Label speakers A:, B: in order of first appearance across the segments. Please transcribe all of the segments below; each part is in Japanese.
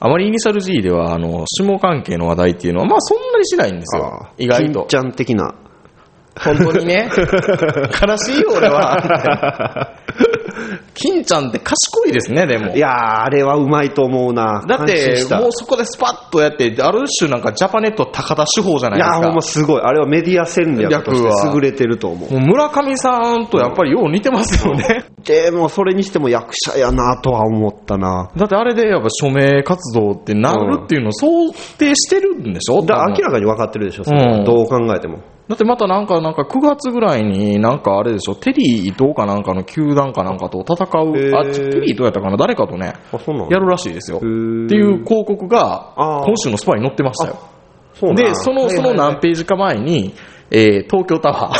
A: あまりイニシャル G では、あの、下関係の話題っていうのは、まあそんなにしないんですよ。意外
B: 金
A: と
B: ち。ゃん的な。
A: 本当に ね。悲しいよ、俺は。 金ちゃんって賢いですね、でも
B: い。やー、あれはうまいと思うな。
A: だっ
B: 感心
A: て
B: し、た
A: もうそこでスパッとやって、ある種なんかジャパネット高田手法じゃない
B: い
A: です
B: や
A: か。
B: ー、ほんますごい。あれはメディア戦略と
A: 略
B: し
A: は
B: て優れてると思う。
A: もう村上さんとやっぱりよう似てますよね。
B: でも、それにしても役者やなとは思ったな。
A: だってあれでやっぱ署名活動ってなるっていうのを想定してるんでしょ、
B: だ
A: 多
B: から
A: 分
B: 明らかに分かってるでしょ、それは
A: うん
B: どう考えても。
A: だってまたなんか、なんか9月ぐらいになんかあれでしょ、テリー伊藤かなんかの球団かなんかと戦
B: へ
A: う、
B: ー
A: あ、ちテリー伊藤やったかな、誰かとね、
B: あ、そうなの
A: やるらしいですよ。
B: へー
A: っていう広告が、
B: あー
A: 今週のスパに載ってましたよ。
B: そうなん
A: で、その、その何ページか前に、えー東京タワ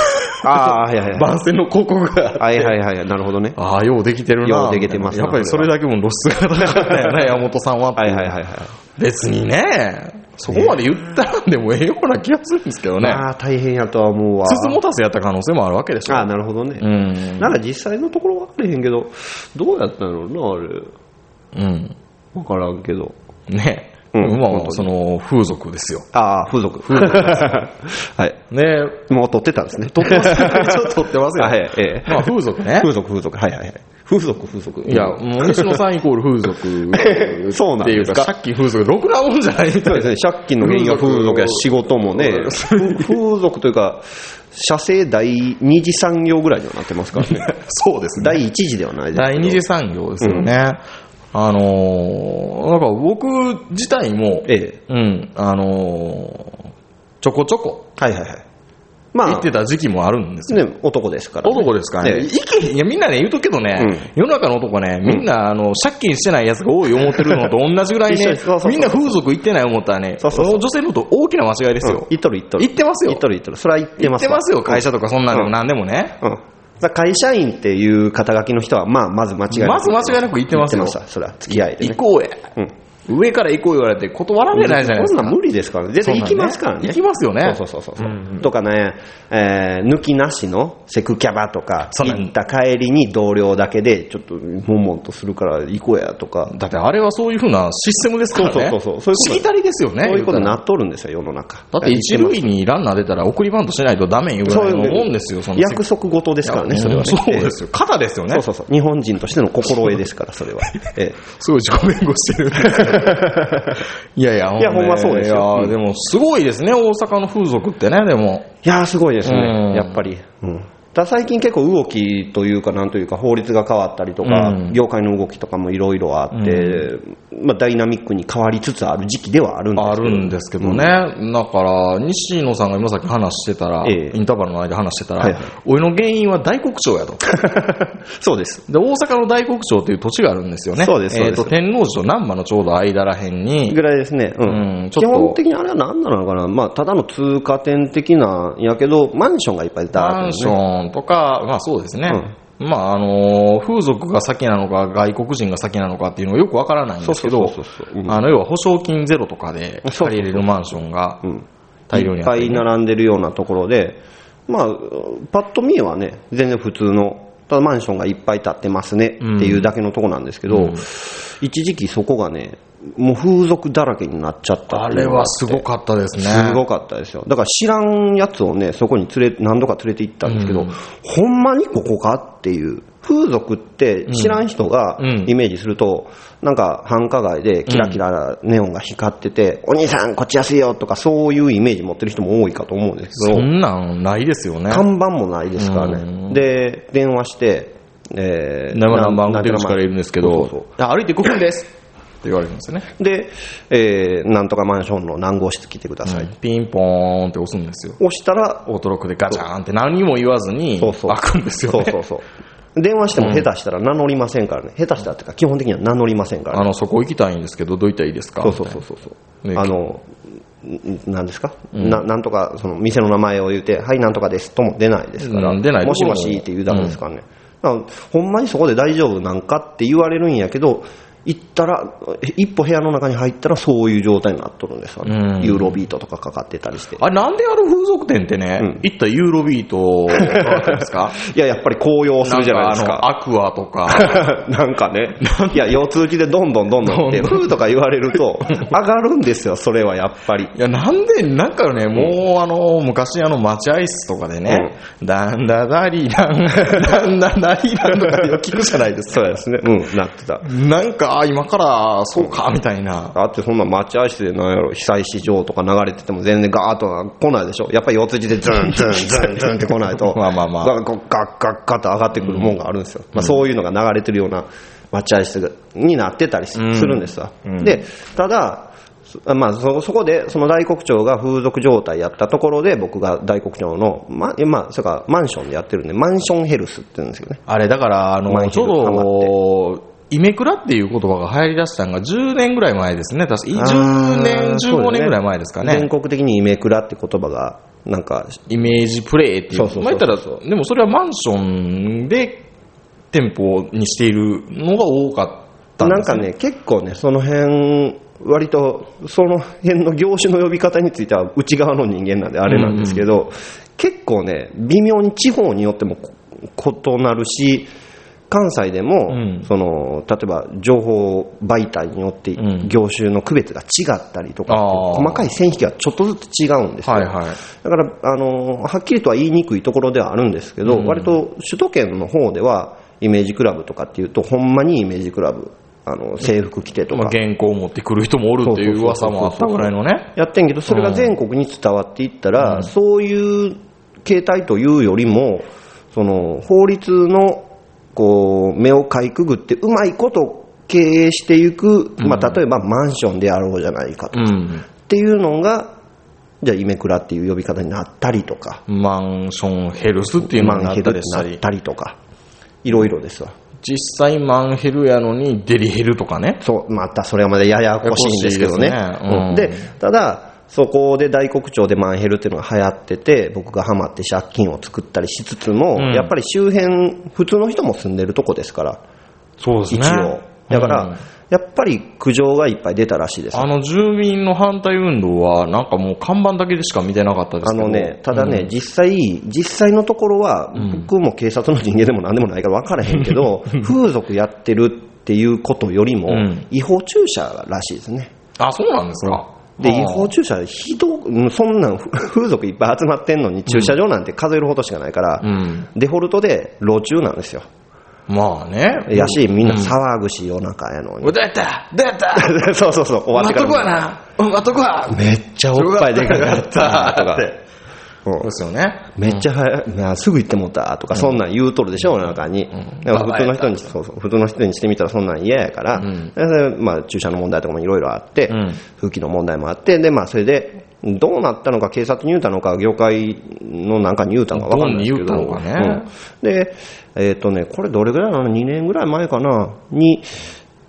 B: ああー、はいはい
A: ー、
B: はい。
A: 番宣の広告があ って
B: はいはいはいはい、なるほどね。
A: ああ、ようできてるな。
B: ようできてます
A: やっぱりそれだけも露出が高かったよね、山本さんは。
B: はいはいはいはい。
A: 別にね、そこまで言ったらんでもええような気がするんですけどね。
B: ああ、大変やとは思うわ。
A: 筒持たせやった可能性もあるわけでしょ。
B: ああ、なるほどね。
A: うん。
B: なんか実際のところ分かれへんけど、どうやったんやろうな、あ
A: う
B: れ。
A: ん。
B: 分からんけど。
A: ね。
B: うん
A: まあ、
B: 本当に
A: その、風俗ですよ。
B: ああ、風 俗。はい。
A: ね。
B: もう撮ってたんですね。
A: 撮ってますちょっと撮ってますよ。
B: はい、ええ。
A: まあ、 風俗ね。
B: 風俗、風俗。はいはいはい。風俗、風俗。
A: いや、もう西野さんイコール風俗
B: そうなん
A: ってい
B: で
A: う
B: す
A: か、
B: か
A: さっき風俗、ろくなもんじゃないみた
B: そう
A: い
B: で
A: な
B: すね。借金の原因は風俗やし仕事 もね、ふ風俗というか、社政第二次産業ぐらいにはなってますからね。
A: そうですね。
B: 第一次ではないですけ
A: 第
B: ど
A: 二次産業ですよね。あのーなんか僕自体も、
B: ええ。
A: うん、あのーちょこちょこ
B: はいはいはい。ま
A: 行っ
B: あ
A: て、た時期もあるんですよ。
B: ね、男ですから、ね。
A: 男ですかね。
B: ええ
A: いけいや、みんなね、言うとくけどね、世の中の男ね、みんな、あの、借金してないやつが多い思ってる のと同じぐらい
B: 一緒
A: ね
B: ですそうそう、そう
A: みんな風俗行ってない思ったらね、
B: そうそうそう
A: 女性のと大きな間違いですよ。
B: 行っとる行っとる。
A: 行ってますよ
B: 行っとる行っとる。それは行って
A: 行
B: ま
A: っ
B: す
A: て
B: わ。
A: ますよ、会社とかそんなんでも
B: うん
A: 何でもね。
B: うん。だから会社員っていう肩書きの人は、まあ、まず間違いなく。
A: まず間違いなく行ってますよ
B: 行それは付き合いで
A: 行
B: ね。
A: こうや。
B: うん。
A: 上から行こう言われて断られないじゃないです
B: そ
A: か。
B: んなん無理ですからね。絶対行きますからね。
A: 行きますよね。
B: そうそうそうそう。
A: うんうん
B: とかね、えー抜きなしのセクキャバとか、
A: そうなん
B: 行った帰りに同僚だけで、ちょっと、悶々とするから行こうやとか、
A: だってあれはそういうふうなシステムですからね。
B: そうそうそうそう
A: し
B: そういうこ
A: きた
B: と
A: りですよね。
B: そういうこと
A: 言
B: にな
A: う
B: っとるんですよ、世の
A: た
B: 中。
A: らだって一塁にランナー出たら送りバントしないとダメいうぐ
B: そう
A: ら
B: い
A: いうの
B: ね
A: もんですよ、その
B: 約束事ですからね、それはね。
A: そうですよ。肩ですよ
B: えー
A: ね
B: そう。そうそう。日本人としての心得ですから、それ は。ええ
A: すごい自己弁護してるんですけど。いやいや、
B: いやほんまそうですよ
A: いや
B: うん
A: でもすごいですね、大阪の風俗ってね、でも。
B: いやー、すごいです
A: うん
B: ね、やっぱり。うんだから最近結構動きというか、なんというか、法律が変わったりとか、
A: うん
B: 業界の動きとかもいろいろあって、まあ、ダイナミックに変わりつつある時期ではあるんです
A: あ
B: けど
A: るんですけどね。だから、西野さんが今さっき話してたら、
B: ええ
A: インターバルの間話してたら、
B: はいはい
A: 俺の原因は大黒町やと。
B: そうです。
A: で、大阪の大黒町という土地があるんですよね。
B: そうですそ
A: え
B: うで
A: っ、
B: す
A: と、天王寺と難波のちょうど間らへんに
B: ぐ、らいですね。うん。
A: うんちょっと
B: 基本的にあれは何なのかな、まあ、ただの通過点的なんやけど、マンションがいっぱいだ
A: マンションとか、まあそうですね。まあ、あのー風俗が先なのか、外国人が先なのかっていうのはよくわからないんですけど
B: そうそうそうそうう、ん
A: あの、要は保証金ゼロとかで
B: そうそうそう
A: 借りれるマンションが
B: うん
A: 大量
B: い
A: に
B: っ
A: あっ
B: ぱ
A: て
B: い並んでるようなところで、まあ、パッと見はね、全然普通の、ただマンションがいっぱい建ってますねっていうだけのとこなんですけど、一時期そこがね、もう風俗だらけになっちゃった
A: あ
B: ってい
A: れ
B: うのが
A: はすごかったですね。
B: すごかったですよ。だから知らんやつをね、そこに連れ、何度か連れて行ったんですけど、ほんまにここかっていう。風俗って知らん人が
A: うん
B: イメージすると、なんか繁華街でキラキラネオンが光ってて、お兄さんこっち安いよとかそういうイメージ持ってる人も多いかと思うんです
A: そ
B: けど、
A: んなんないですよね。
B: 看板もないですからね。で、電話して、えー
A: 生何番
B: なん
A: 出口からいるんですけど、
B: そうそうそう
A: あ歩いて5分ですって言われるんですよね。
B: で、えーなんとかマンションの何号室来てください。
A: ピンポーンって押すんですよ。
B: 押したら、
A: オートロックでガチャーンって何も言わずに
B: そうそう
A: 開くんですよ
B: そう
A: ね。
B: そうそう。電話しても下手したら名乗りませんからね。下手したらっていうか、基本的には名乗りませんから
A: あ
B: ね。
A: の、そこ行きたいんですけど、どういったらいいですか
B: そうそうそうそうそう。
A: ね
B: あの、んなんですか、ななんとか、その店の名前を言うて、はい、なんとかですとも出ないですから、
A: うん出ない
B: もしも
A: ところ
B: し
A: も
B: って言うだけですからね。だからほんまにそこで大丈夫なんかって言われるんやけど、行ったら、一歩部屋の中に入ったらそういう状態になっとるんですよね、
A: うん
B: ユーロビートとかかかってたりして。
A: あれ、なんである風俗店ってね、
B: うん
A: 行ったユーロビートなんです か
B: いや、やっぱり高揚するじゃないです
A: なん
B: か。
A: かあの、アクアとか、
B: なんかね、いや、腰痛気でどんどんどんどんって、ふーとか言われ ると、上がるんですよ、それはやっぱり。
A: いや、なんで、なんかね、もう、あの、昔、あの、待合室とかでね、ダンダダリラン、 ダンダダリランとかよく聞くじゃないですか。
B: そうですね。うん、なってた。
A: なんか、あ今から、そうか、みたいな。
B: だってそんな待合室でなんやろ、被災市場とか流れてても全然ガーッとは来ないでしょ。やっぱり四つ字で ズンズンズンズンって来ないと。
A: まあまあまあ
B: だからこうガッガッガッと上がってくるもんがあるんですよ。まあそういうのが流れてるような待合室になってたりす
A: うん
B: するんですわ。
A: うん
B: で、ただ、そまあ、そそこで、その大黒町が風俗状態やったところで、僕が大黒町の、ま、まあ、それからマンションでやってるんで、マンションヘルスって言うんですよね。
A: あれ、だから、あ
B: マ
A: の、
B: イ
A: ち
B: ケル
A: ょうど、イメクラっていう言葉が流行り出したのが10年ぐらい前ですね。確か10年、
B: あー
A: 15年ぐらい前ですかね
B: 全。国的にイメクラって言葉が、なんか、
A: イメージプレイっていう。
B: そうそうそうそう
A: まあ言ったら、でもそれはマンションで店舗にしているのが多かったん
B: なん
A: です
B: かね、結構ね、その辺割と、その辺の業種の呼び方については、内側の人間なんであれなんですけど、結構ね、微妙に地方によってもこ異なるし、関西でも、
A: うん
B: その例えば情報媒体によって
A: うん
B: 業種の区別が違ったりとか、
A: あー
B: 細かい線引きがちょっとずつ違うんですよ、
A: はいはい。
B: だから、あのはっきりとは言いにくいところではあるんですけど、
A: うん
B: 割と首都圏の方では、イメージクラブとかっていうと、ほんまにイメージクラブ、あの制服着てと
A: まあ、
B: か、
A: 原稿を持ってくる人もおるっていう噂もあったぐらいのね。
B: やってんけど、それが全国に伝わっていったら、そういう形態というよりも、その法律のこう目をかいくぐって、うまいこと経営していく、まあ、例えばマンションであろうじゃないかと
A: う
B: か
A: ん。
B: っていうのが、じゃあ、イメクラっていう呼び方になったりとか。
A: マンションヘルスっていうの
B: マ
A: に
B: ン
A: なっ
B: ヘ
A: た
B: ル
A: り
B: に
A: した
B: なっ
A: り、
B: たりとか、いろいろですわ。
A: 実際マンヘルやのにデリヘルとかね。
B: そう、またそれまでややこしいんですけどね。
A: ややこしいですねうん
B: でただ、そこで大黒町でマンヘルっていうのが流行ってて、僕がハマって借金を作ったりしつつも、
A: うん
B: やっぱり周辺、普通の人も住んでるとこですから、
A: そうで
B: 一応。だから、やっぱり苦情がいっぱい出たらしいです。
A: あの住民の反対運動は、なんかもう看板だけでしか見てなかったです
B: あ
A: けど。
B: のね、ただね、実際、実際のところは、僕も警察の人間でも何でもないから分からへんけど、風俗やってるっていうことよりも、
A: うん
B: 違法駐車らしいですね。
A: あ、そうなんですか。
B: で、
A: あー
B: 違法駐車、ひどうんそんなんふ風俗いっぱい集まってんのに、駐車場なんて数えるほどしかないから、
A: うん。
B: デフォルトで路中なんですよ。
A: まあね。
B: やし、みんな騒ぐし、夜中やのに。
A: おいどうやったどうやった
B: そうそうそう、終わっ
A: 待
B: て
A: っとく
B: か
A: わ
B: ら。
A: な。うん待っとくわ。
B: めっちゃおっぱいでかくなったと か
A: っ。てそう
B: うん
A: ですよね。
B: めっちゃ早い、なあすぐ行ってもうたとか、そんなん言うとるでしょ、夜中に。だから普通の人に、そうそう、普通の人にしてみたらそんなん嫌やから、
A: うん
B: でそれまあ注射の問題とかもいろいろあって、
A: うん
B: 風紀の問題もあって、で、まあそれで、どうなったのか、警察に言うたのか、業界のなんかに言うたのか分かんないですけど、
A: どんに言うたのかね
B: うんで、えっ、とね、これどれぐらいなの ?2 年ぐらい前かなに、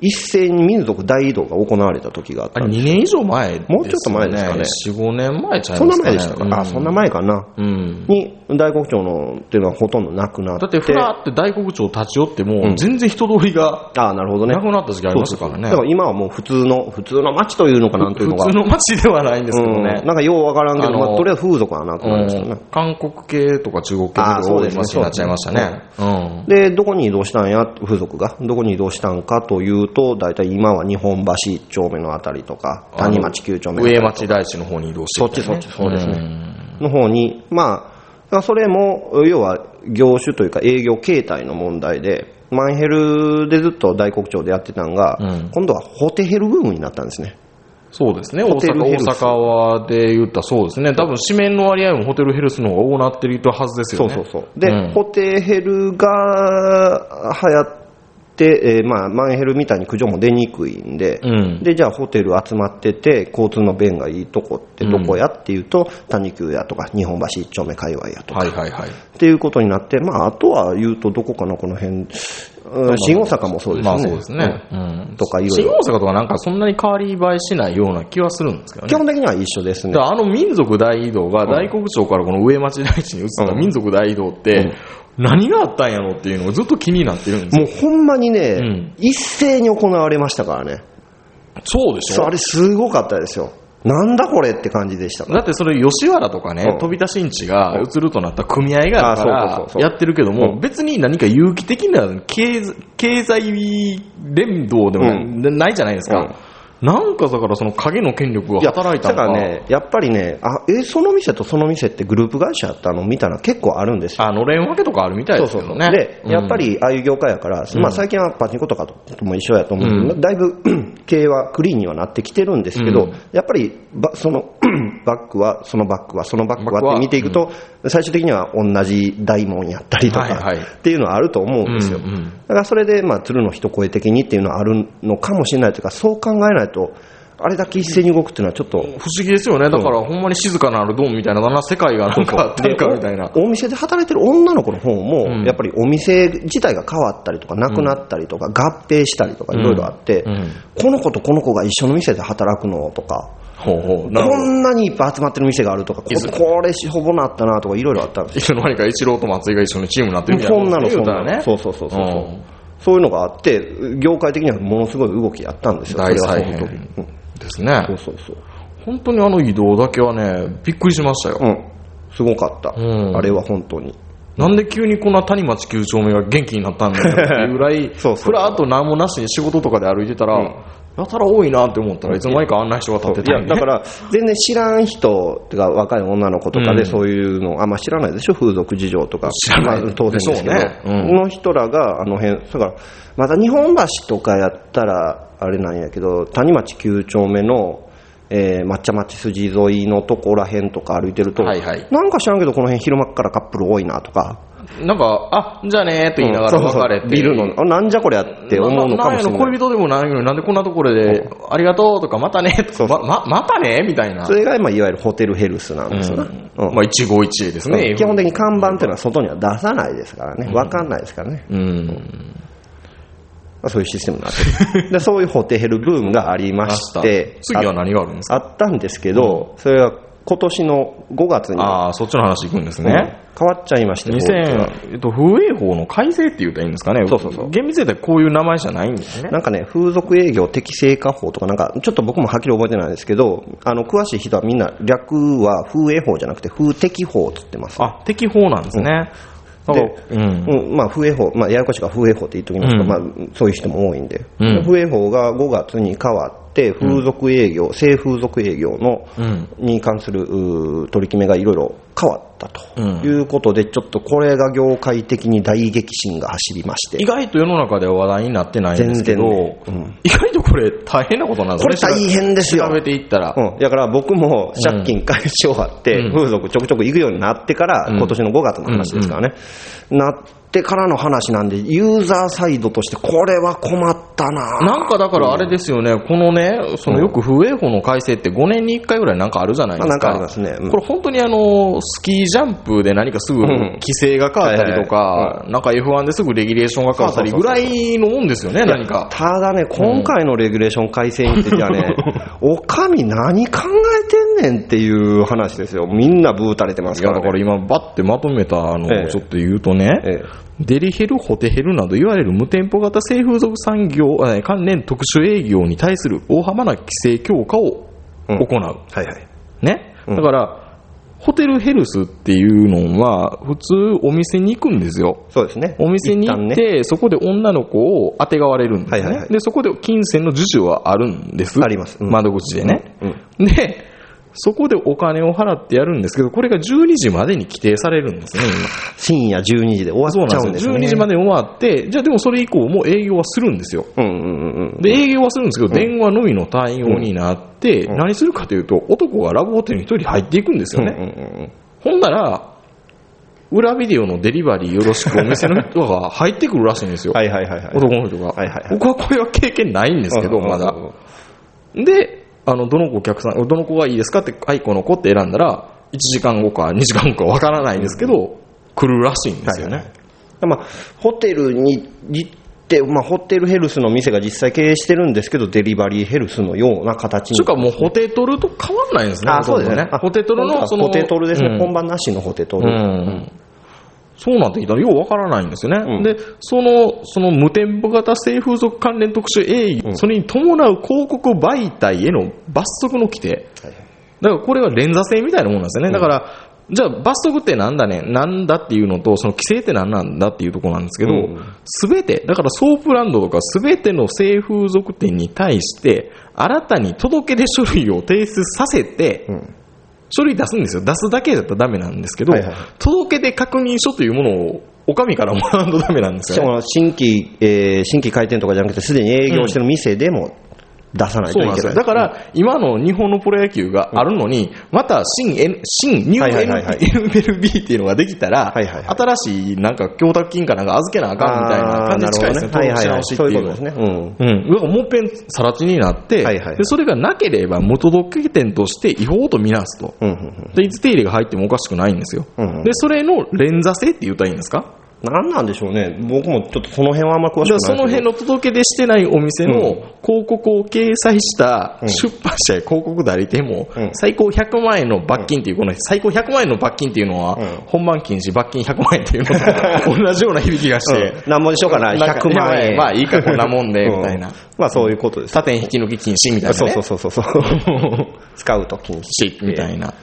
B: 一斉に民族大移動が行われた時があっ
A: あ
B: た
A: れ
B: んです
A: 2年以上前です、ね、
B: もうちょっと前ですかね
A: 4、5年前ちゃい
B: そん
A: ま
B: な
A: すかね。
B: 前でしたか、あ、そんな
A: 前。
B: 前かな。
A: うん。
B: に大黒町のっていうのはほとんどなくなって
A: だって、ふらって大黒町立ち寄っても、全然人通りが
B: ああなるほどね
A: なくなった時期ありましたからね。
B: だから今はもう普通の普通の街というのかなんというのが
A: 普通の街ではないんですけど
B: うん
A: ね。
B: なんかようわからんけど、
A: あの
B: まあ、とりあえず風俗はなくなりましたよね、
A: 韓国系とか中国系とか
B: あそうですね
A: になっちゃいましたね。うん。
B: でどこに移動したんや風俗がどこに移動したんかというと大体今は日本橋1丁目のあたりとか谷町9丁目のあたり
A: 上
B: とか
A: 町大地の方に移動してきたね
B: そっちそっちそうですね
A: ん
B: の方に、まあ、それも、要は業種というか営業形態の問題で、マンヘルでずっと大黒町でやってたんが、
A: うん
B: 今度はホテヘルブームになったんですね。
A: そうですね。大
B: ホテ
A: 阪、
B: ルヘルス
A: 大阪はで言ったらそうですね。多分、紙面の割合もホテルヘルスの方が多なってるはずです
B: そ
A: よ
B: う
A: ね。
B: そうそう。で、
A: うん
B: ホテヘルが流行って、えーまあ、マンヘルみたいに苦情も出にくいんで、
A: うん。
B: でじゃあホテル集まってて交通の便がいいとこってどこやっていうと、谷久やとか日本橋一丁目界隈やとか
A: はいはいはい。
B: っていうことになって、まあ、あとは言うと、どこかな、この辺、うん新大阪もそうですよ
A: ま
B: ね。
A: あそうですね。うん
B: とかいろい
A: 新
B: ろ
A: 大阪とかなんかそんなに変わり映えしないような気はするんですけど
B: うん
A: ね。
B: 基本的には一緒です
A: だ
B: ね
A: か。らあの民族大移動が大黒町からこの上町台地に移った民族大移動って何があったんやろっていうのがずっと気になってるんですよ。
B: もうほんまにね、
A: うん
B: 一斉に行われましたからね。
A: そうでし
B: そうあれすごかったですよ。なんだこれって感じでした。
A: だってそれ吉原とかね、
B: うん
A: 飛び出しんちが移るとなった組合があるか
B: あそうそうそうそ
A: ら
B: う
A: やってるけども、別に何か有機的な経済経済連動でも
B: うん
A: なないじゃないですか。なんかだからその影の権力が働いた
B: だ
A: のか
B: からね、やっぱりね、あえその店とその店ってグループ会社あったの見たら結構あるんですよ。
A: あ、のれんわけとかあるみたい
B: そう
A: です
B: そう
A: け
B: そ
A: ど
B: う
A: ね。
B: で、
A: うん
B: やっぱ、りああいう業界やから、
A: うん
B: まあ、最近はパチンコとかとも一緒やと思うけど、
A: う
B: だいぶ経営はクリーンにはなってきてるんですけど、
A: うん
B: やっぱりばその バックは、そのバックは、そのバック
A: バック
B: はっ
A: は
B: て見ていくと、最終的には同じ大門やったりとか
A: はいはい
B: っていうのはあると思うんですよ。
A: うんうん
B: だからそれで、まあ、鶴の一声的にっていうのはあるのかもしれないというか、そう考えないと、あれだけ一斉に動くっていうのはちょっと。
A: 不思議ですよね。だからほんまに静かなるドンみたいな、あんな世界がなんかあったのかみたいな。
B: おお店で働いてる女の子の方も、
A: うん
B: やっぱりお店自体が変わったりとか、なくなったりとか、合併したりとか、いろいろあって、
A: うん
B: この子とこの子が一緒の店で働くのとか、
A: ほうほう。なるほ
B: こ
A: ど。
B: んなにいっぱい集まってる店があるとか、こ
A: いず
B: これしほぼなったなとか、いろいろあったんです
A: いつの間にか一郎と松井が一緒にチームになって
B: よ
A: るみたいな
B: そんなの、
A: 言
B: そん
A: うた
B: な
A: ら
B: の、
A: ね。
B: そうそうそうそう、
A: うん
B: そういうのがあって、業界的にはものすごい動きやったんですよ、
A: 大
B: それ
A: 再
B: はその時
A: 編
B: うん
A: ですね
B: そう。そうそう、
A: 本当にあの移動だけはね、びっくりしましたよ。
B: うん、すごかった、
A: うん
B: あれは本当に。
A: なんで急にこんな谷町9丁目が元気になったんだろうっていうぐらい、
B: そうそ
A: ふ
B: う
A: らっと何もなしに仕事とかで歩いてたら、
B: うん
A: やたら多いなって思ったらいつの間にかあんな人が立って
B: い
A: た
B: や
A: り
B: だ
A: ね
B: か。ら、全然知らん人ってか、若い女の子とか
A: う
B: で、
A: ん
B: そういうの、あんま知らないでしょ、風俗事情とか、
A: 知らない
B: まあ当然ですけど、
A: でしょうねうん
B: の人らが、あの辺、だから、また日本橋とかやったら、あれなんやけど、谷町9丁目の、えー抹茶町筋沿いのとこら辺とか歩いてると、
A: はいはい
B: なんか知らんけど、この辺、昼間っからカップル多いなとか、
A: なんか、あ、じゃあねーって言いながら
B: うんそうそ
A: 別
B: う
A: れて、
B: ビルの、あなんじゃこりゃって思うのかもしれ
A: んや
B: な
A: ろ
B: い
A: 恋。人でもないのになんでこんなところで、ありがとうとか、またねとか、ま、ままたねみたいな。
B: それが、まあ、いわゆるホテルヘルスなんですよね。うん
A: まあ、一期一会ですね。
B: 基本的に看板っていうのは外には出さないですからね、分かんないですからね、
A: うん。
B: まあそういうシステムになっ てるでそういうホテヘルブームがありま
A: 明
B: し
A: 日
B: て、
A: 次は何があるんですか
B: ああったんですけど、それが今年の5月に、
A: ああ、そっちの話いくんです
B: うん
A: ね。
B: 変わっちゃいまして、法律が
A: 2000、えっと、風営法の改正って言うたらいいんですかね。
B: そうそうそう
A: 厳密に言ったらこういう名前じゃないんですね。
B: なんかね、風俗営業適正化法とか、なんかちょっと僕もはっきり覚えてないですけど、あの詳しい人はみんな、略は風営法じゃなくて、風適法って言ってます。
A: あ、適法なんですね。だから
B: で
A: うん。
B: うんまあ、風営法、まあ、ややこしいから風営法って言っときますけど、
A: うん
B: まあ、そういう人も多いんで、
A: うん
B: で風営法が5月に変わって、風俗営業、性風俗営業の、
A: うん。
B: に関するうー取り決めがいろいろ変わったと
A: うん
B: いうことで、ちょっとこれが業界的に大激震が走りまし
A: 意
B: て、
A: 外と世の中では話題になってないんですけど、
B: 全然ね
A: 意外とこれ大変なことなんですね。
B: これ大変ですよ
A: 調べていったら。
B: うん、だから僕も借金返し終わって、
A: うん
B: 風俗ちょくちょく行くようになってから、
A: うん
B: 今年の5月の話ですからね、なってからの話なんで、ユーザーサイドとして、これは困ったなぁ
A: なんかだからあれですよね、このね、そのよく風営法の改正って5年に1回ぐらいなんかあるじゃないですか。
B: なんかありますねうん
A: これ本当にあの、スキージャンプで何かすぐ規制が変わったりとか、なんか F1 ですぐレギュレーションが変わったりぐらいのもんですよね、何か。
B: ただね、今回のレギュレーション改正についてはね、 おかみ何考えてんねんっていう話ですよ、みんなブーたれてま
A: い
B: すか
A: やだ
B: ら、
A: から
B: ね。
A: 今バッてまとめたの
B: え
A: を
B: え
A: ちょっと言うとね、
B: え
A: デリヘル、ホテヘルなどいわゆる無店舗型性風俗産業えー関連特殊営業に対する大幅な規制強化を
B: うん
A: 行う。
B: えはいはい。
A: ね。
B: うん
A: だから、ホテルヘルスっていうのは、普通お店に行くんですよ。
B: そうですね。
A: お店に行っ
B: 一旦ね、
A: て、そこで女の子をあてがわれるんですね。
B: はいはいはい
A: で、そこで金銭の授受はあるんです。
B: ありますうん
A: 窓口でね。
B: うん
A: で、そこでお金を払ってやるんですけど、これが12時までに規定されるんですね、今
B: 深夜12時で終
A: そ
B: わ
A: う
B: っちゃう
A: なんで
B: んですす
A: よ。
B: ね。
A: 12時ま
B: で。
A: で終わって、じゃあでもそれ以降も営業はするんですよ。
B: うんうんうんうん。
A: で、営業はするんですけど、電話のみの対応になって、
B: ん
A: 何するかというと、男がラブホテルに一人入っていくんですよね。
B: うんうんうん
A: ほんなら、裏ビデオのデリバリーよろしくお店の人が入ってくるらしいんですよ。
B: はいはいはいはい。
A: 男の人が、
B: はいはいはい
A: 僕はこれは経験ないんですけど、
B: うんうんう
A: ま
B: ん
A: だ。で、あの、どの子お客さん、どの子がいいですかって、はい、この子って選んだら、1時間後か2時間後かわからないんですけど、来るらしいんですよね。
B: まあ、ホテルに行っって、まあ、ホテルヘルスの店が実際経営してるんですけど、デリバリーヘルスのような形
A: ちゅ
B: に
A: う。かもうホテトルと変わんないんですね。
B: あ、そうですね。
A: ほとんどホテトルの
B: あ
A: その。
B: ポテトルですね。
A: うん
B: 本番なしのホテト
A: う
B: ル。
A: んそうなってきたらようわからないんですよね。
B: うん
A: で、その、その無店舗型性風俗関連特殊営業、
B: うん
A: それに伴う広告媒体への罰則の規定。
B: はい
A: だからこれは連座性みたいなもんなんですよね。だから、じゃあ罰則ってなんだね、なんだっていうのと、その規制って何なんだっていうところなんですけど
B: うん、
A: すべ、て、だからソープランドとかすべての性風俗店に対して、新たに届け出書類を提出させて、
B: うん
A: 書類出すんですよ。出すだけだったらダメなんですけど、
B: はいはい
A: 届け出確認書というものを、お上からもらわんとダメなんです
B: しか
A: よ、ね。
B: も新規、えー新規開店とかじゃなくて、すでに営業してる店でも出さないと
A: そう
B: い
A: なんで
B: け
A: すよ。
B: ない。
A: だから、今の日本のプロ野球があるのに、また新、N、新、ニュ
B: はいはいはいはい
A: ー NLB っていうのができたら、
B: はいはいはい
A: 新しいなんか供託金かなんか預けなあかんみたいな感じに近いですね。
B: あーなる
A: 登録し
B: ほどねはいはいはい
A: 直しって
B: そう
A: い
B: いう
A: の
B: うことですね。うん。
A: うん、だからもっぺんさらちになって、
B: はいはいはい
A: でそれがなければ元届け店として違法とみなすと、
B: うんうん
A: でいつ手入れが入ってもおかしくないんですよ、
B: うんうん
A: でそれの連座性って言ったらいいんですか、
B: うん。なんなんでしょうね。僕もちょっとその辺はあんま詳しく
A: じゃ
B: ない
A: あ
B: ですけ
A: そ
B: ど。
A: の辺の届け出してないお店
B: う
A: の広告を掲載した
B: うん
A: 出版社や広告代理店も
B: うん
A: 最高100万円の罰金っていう、この最高100万円の罰金っていうのは
B: うん
A: 本番禁止罰金100万円っていうのと 同じような響きがして、
B: うん、なんぼでしょうかな、
A: なんか
B: 100万
A: いや
B: 円。
A: まあいいかこんなもんで
B: うん
A: みたいな
B: まあそういうことです。
A: 他店引き抜き禁止みたいな、ね、
B: そうそうそうそう そう。使うときに。
A: しみたいな。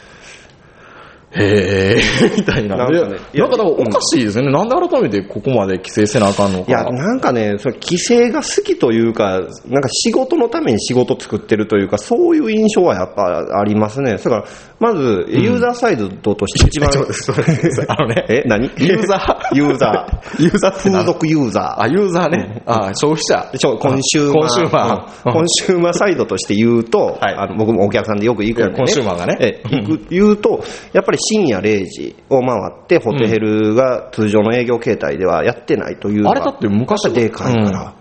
A: へーみたいな。
B: なんかね
A: でなんかだからおかしいですよね。なんで改めてここまで規制せなあかんの
B: いや、
A: か。
B: なんかね、それ規制が好きというか、なんか仕事のために仕事作ってるというか、そういう印象はやっぱありますね。だから、まず、ユーザーサイドとして一番、
A: ちょっと待ってあのね、
B: え、何
A: ユーザー
B: ユーザー。
A: ユーザーって
B: 風
A: 何
B: 俗ユーザー。
A: あ、ユーザーね。あ、消費者。
B: ちょコンシューマー。
A: コンシューマー
B: うんコンシューマーサイドとして言うと、
A: はい
B: あの僕もお客さんでよく行くんで、ね。
A: コンシューマーがね
B: ええ行く言うと、やっぱり深夜0時を回って、ホテヘルが通常の営業形態ではやってないという
A: あ
B: のは
A: れだって昔は
B: でかいから。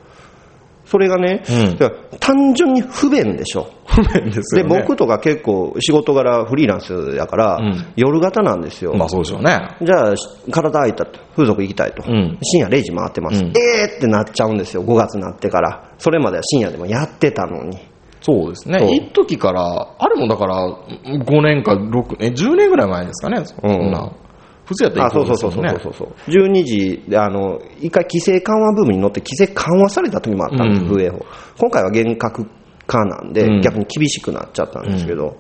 B: それがね、
A: うん
B: だから単純に不便でしょ。
A: 不便です
B: で、
A: よね。
B: 僕とか結構仕事柄フリーランスやから、
A: うん
B: 夜型なんですよ。
A: まあそうでしょうね。
B: じゃあ、し体空いたと、風俗行きたいと、
A: うん
B: 深夜0時回ってま
A: う
B: す、
A: ん
B: えーってなっちゃうんですよ、5月になってから、それまでは深夜でもやってたのに、
A: そうですね
B: そう。
A: 一時から、あれもだから、5年か6年、10年ぐらい前ですかね。そんな。普通やったら
B: あ
A: 行
B: そう
A: くん
B: そう
A: です
B: そう
A: よ
B: そう
A: ね。
B: そうそう、12時であの、一回規制緩和ブームに乗って、規制緩和された時もあったんです、
A: うん
B: 風営法、今回は厳格化なんで、
A: うん
B: 逆に厳しくなっちゃったんですけど、だか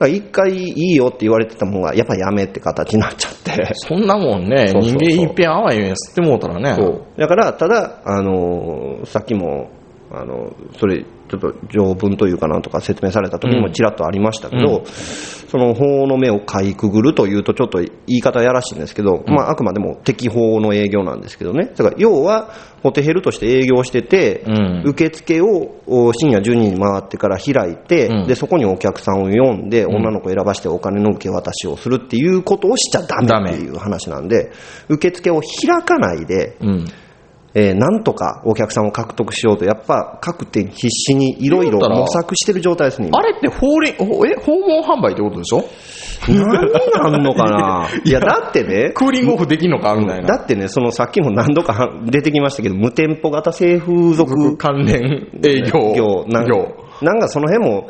B: ら一回いいよって言われてたものが、やっぱやめって形になっちゃって。
A: そんなもんね、
B: そうそう
A: 人
B: そう
A: 間いっぺん甘い目吸ってもうたらね。
B: そうだから、ただ、あのーさっきも、あのそれ、ちょっと条文というかなんとか説明された時に
A: う
B: も
A: ん
B: ちらっとありましたけど、
A: うん
B: その法の目をかいくぐるというと、ちょっと言い方やらしいんですけど、まあ、あくまでも適法の営業なんですけどね、だから要は、ホテヘルとして営業してて、
A: うん
B: 受付をお深夜12時に回ってから開いて、
A: うん
B: で、そこにお客さんを呼んで、女の子を選ばしてお金の受け渡しをするっていうことをしちゃダメっていう話なんで、受付を開かないで、
A: うん。
B: えーなんとかお客さんを獲得しようと、やっぱ各店必死にいろいろ模索してる状態ですね、
A: あれって法令、ほえ、訪問販売ってことでしょ
B: 今何なんのかないや、だってね、
A: クーリングオフできんのかみたい
B: だ
A: な。
B: ってね、そのさっきも何度か出てきましたけど、無店舗型性風俗
A: 関連営業。
B: 業なん
A: 業。
B: なんかその辺も、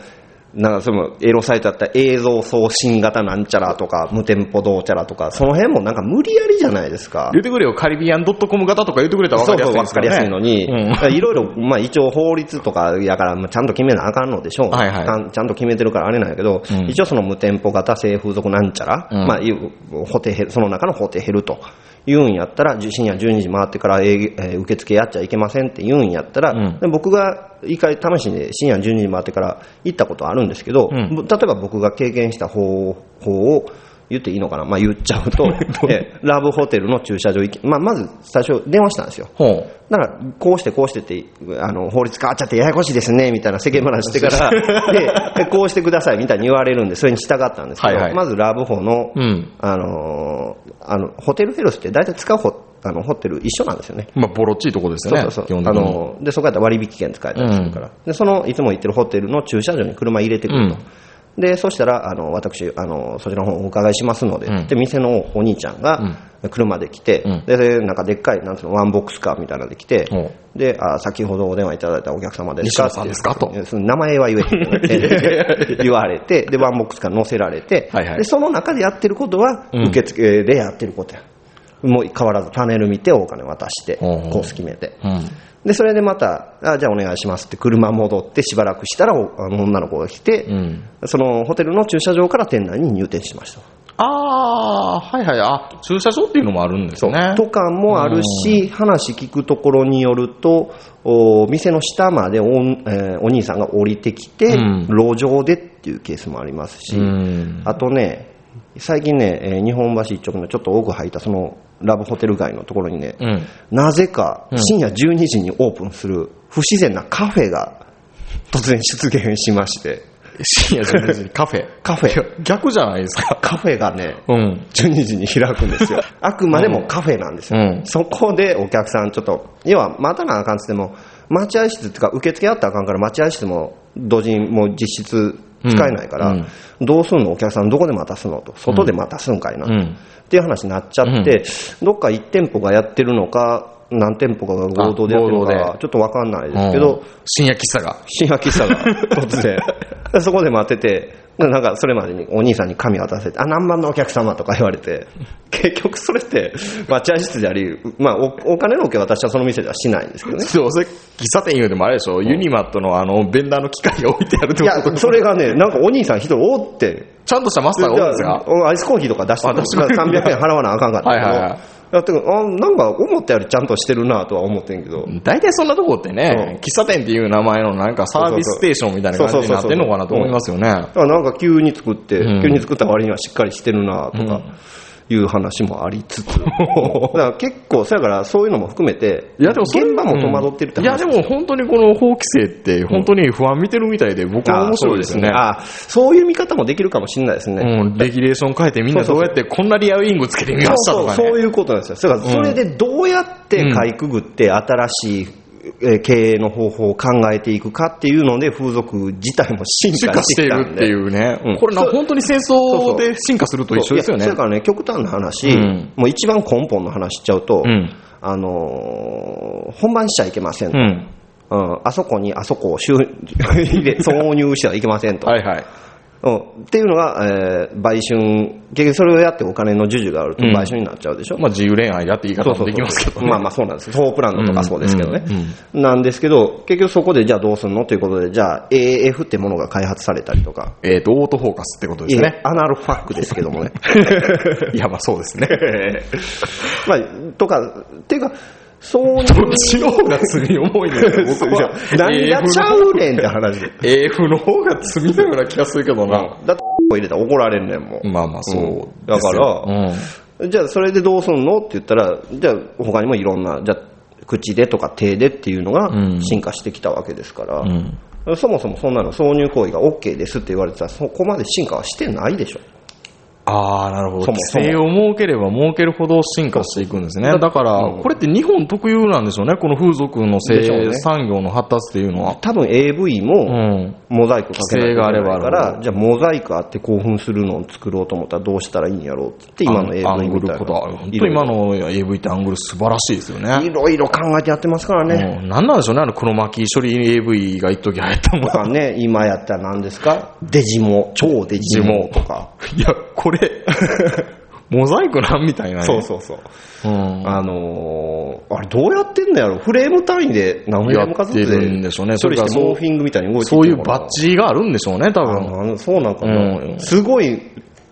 B: なんかそのエロサイトだったら映像送信型なんちゃらとか、無店舗どうちゃらとか、その辺もなんか無理やりじゃないですか。
A: 言ってくれよ、カリビアンドットコム型とか言ってくれたら分か
B: そう
A: りやす
B: そう、
A: いで
B: わ
A: す
B: からり
A: ね
B: やすいのに、
A: うん
B: だからいろいろ、まあ一応法律とかやから、まあちゃんと決めなあかんのでしょう。
A: はいはい
B: かんちゃんと決めてるからあれなんやけど、
A: うん
B: 一応その無店舗型性風俗なんちゃら、
A: うん
B: まあいうホテヘル、その中のホテヘルと。言うんやったら、深夜12時回ってから、えーえー受付やっちゃいけませんって言うんやったら、
A: うん
B: で僕が一回試しに深夜12時回ってから行ったことあるんですけど、
A: うん
B: 例えば僕が経験した方法を言っていいのかな、まあ、言っちゃうと、 えーラブホテルの駐車場行き、まあ、まず最初電話したんですよ。
A: ほう。
B: だから、こうしてこうしてって、あの、法律変わっちゃってややこしいですね、みたいな世間話してから、で、こうしてください、みたいに言われるんで、それに従ったんですけど、
A: はいはい
B: まずラブホの、
A: うん。
B: あのーあの、ホテルヘルスって大体使うホあのホテル一緒なんですよね。
A: まあ、ボロっちいとこですよね。
B: そうそう
A: 基
B: そう。
A: 本
B: あ
A: 的に。
B: の、で、そこやったら割引券使えたりするから。で、その、いつも行ってるホテルの駐車場に車入れてくると。
A: うん
B: でそしたらあの私あの、そちらの方お伺いしますので、
A: うん
B: で店のお兄ちゃんが車で来て、
A: うん
B: でなんかでっかいなんつうのワンボックスカーみたいなので来て、
A: お
B: であ先ほどお電話いただいたお客様ですか
A: 西野さんですかと
B: いやその名前は言えへんよ って言われて、でワンボックスカー乗せられて、
A: はいはい
B: でその中でやってることは、
A: うん
B: 受付でやってることや、もう変わらずパネル見て、お金渡して、
A: おうおう
B: コース決めて。
A: うん。
B: でそれでまたあ、じゃあお願いしますって、車戻ってしばらくしたらおあの女の子が来て、
A: うん。
B: そのホテルの駐車場から店内に入店しました。
A: あー、はいはい。あ、駐車場っていうのもあるんですね。
B: とかもあるし、話聞くところによると、お店の下までお,、えーお兄さんが降りてきて、
A: うん
B: 路上でっていうケースもありますし、
A: うん。
B: あとね、最近ね、えー日本橋一直のちょっと奥入った、そのラブホテル街のところにね、
A: うん。
B: なぜか深夜12時にオープンする不自然なカフェが突然出現し まして、
A: 深夜12時に カフェ。
B: カフェ、
A: 逆じゃないですか。
B: カフェがね、
A: うん。
B: 12時に開くんで すよ。あくまでもカフェなんですよ。
A: うん
B: そこでお客さん、ちょっと、要は待たなあかんっつっても、待合室っていうか、受付あったらあかんから、待合室も同時にもう実質使えないから、
A: うん
B: どうすんのお客さんどこで待たすのと、外で待たすんかいな、
A: うん。
B: っていう話になっちゃって、どっか1店舗がやってるのか、何店舗かが合同でやってるの
A: あ合同
B: か
A: で、
B: ちょっとわかんないですけ
A: う
B: ど
A: ん、、深夜喫茶が。
B: 深夜喫茶が突 然そこで待っててなんかそれまでにお兄さんに紙渡せて「あ何番のお客様」とか言われて結局それって待合室であり、まあ、おお金の受け渡しはその店ではしないんですけどね
A: そう、それ、喫茶店言うでもあれでしょ、ユニマットのあの、ベンダーの機械が置いてあるって
B: い
A: こと
B: やそれがねなんかお兄さん一人おって
A: ちゃんとしたマスターがおるんですが。
B: うんアイスコーヒーとか出して
A: あ出してくれる
B: 300円払わなあかんかったけど
A: はいはいはい
B: だってあなんか思ったよりちゃんとしてるなとは思ってんけど
A: 大体そんなとこってね、喫茶店っていう名前のなんかサービスステーションみたいな感じになってんのかなと思いますよね
B: だ。からなんか急に作って、
A: うん
B: 急に作った割にはしっかりしてるなとかいう話もあり つつ、だから結構、そやからそういうのも含めて、
A: いやでもそれ
B: 現場も戸惑ってるって
A: いや
B: 話
A: でも本当にこの法規制って本当に不安見てるみたいで僕は面白いですね。
B: あーそういう見方もできるかもしれないですね。
A: うん、レギュレーション変えてみんなどうやってこんなリアウィングつけてみました
B: そ
A: と
B: うそう
A: か
B: そ
A: ね。
B: ういうことなんですよ、それからそれでどうやってかいくぐって、新しいえー経営の方法を考えていくかっていうので、風俗自体も進
A: 進
B: 化
A: 化
B: し
A: しててい
B: きた
A: る
B: ん
A: って
B: で
A: い、うね。
B: うん
A: これな
B: そう
A: 本当に戦
B: そ
A: 争
B: うそう
A: で進化すると一緒ですよね。
B: そういやそれからね、極端な話、
A: うん
B: もう一番根本の話しちゃうと、
A: うん。
B: あのー本番しちゃいけません、
A: う
B: うん
A: ん。
B: あそこにあそこを収入 れ挿入してはいけませんと、
A: はいはい。
B: うん、っていうのが、えー売春、結局それをやってお金の授受があると
A: うん
B: 売春になっちゃうでしょ。
A: まあ自由恋愛だって言い
B: そ
A: 方
B: うそ
A: も
B: う
A: で
B: そう
A: きますけどね。
B: まあまあそうなんです。ソープランドとかそうですけどね。
A: うんうん
B: なんですけど、結局そこでじゃあどうするのということで、じゃあ AF ってものが開発されたりとか、
A: えっ、と、オートフォーカスってことです
B: い
A: ね。
B: えアナルファックですけどもね。
A: いや、まあそうです ね。
B: まあ、とか、っていうか、そう
A: どっちの方が罪重いねんけど僕
B: いや
A: は。
B: 何がちゃうねんって話で。
A: AF の方が罪のような気がするけどな。
B: だって、入れたら怒られんねんもん。
A: まあまあそうですよ、
B: うんだから
A: うん
B: じゃあ、それでどうすんのって言ったら、じゃあ、他にもいろんな、じゃあ、口でとか手でっていうのが
A: うん
B: 進化してきたわけですから、
A: うん
B: そもそもそんなの挿入行為が OK ですって言われてたら、そこまで進化はしてないでしょ。
A: ああ、なるほど。
B: そも
A: 規
B: そも
A: 制を設ければ設けるほど進化していくんですね。だから、これって日本特有なんでしょうね。この風俗の
B: でしょう
A: 性
B: ね
A: 産業の発達っていうのは。
B: 多分 AV
A: う
B: も
A: ん。
B: モザイクかけないと
A: 規制
B: いけない
A: があれば
B: か
A: あるほ
B: ら、じゃあモザイクあって興奮するのを作ろうと思ったらどうしたらいいんやろうって言って、今の
A: アン
B: AV
A: グ
B: み
A: ル
B: たい
A: こだわる。本
B: な。
A: 当今の AV ってアングル素晴らしいですよね。
B: いろいろ考えてやってますからね。
A: うん。なんなんでしょうね。あの黒巻き処理 AV が一時流行ったもん
B: と。かね、今やったら何ですか デジモ、超デジモとか。
A: いや、こ れ、モザイクなんみたいなね。
B: そうそうそう。
A: うん。
B: あのー、あれどうやってんのやろフレーム単位で何フレームかずつ
A: やってるんでしょうね
B: 処理して
A: それからそう
B: モーフィングみたいに動いて
A: そういうバッ
B: チ
A: ジがあるんでしょうね、多
B: あ
A: 分。
B: のあのそうなんかな、
A: うん
B: すごい、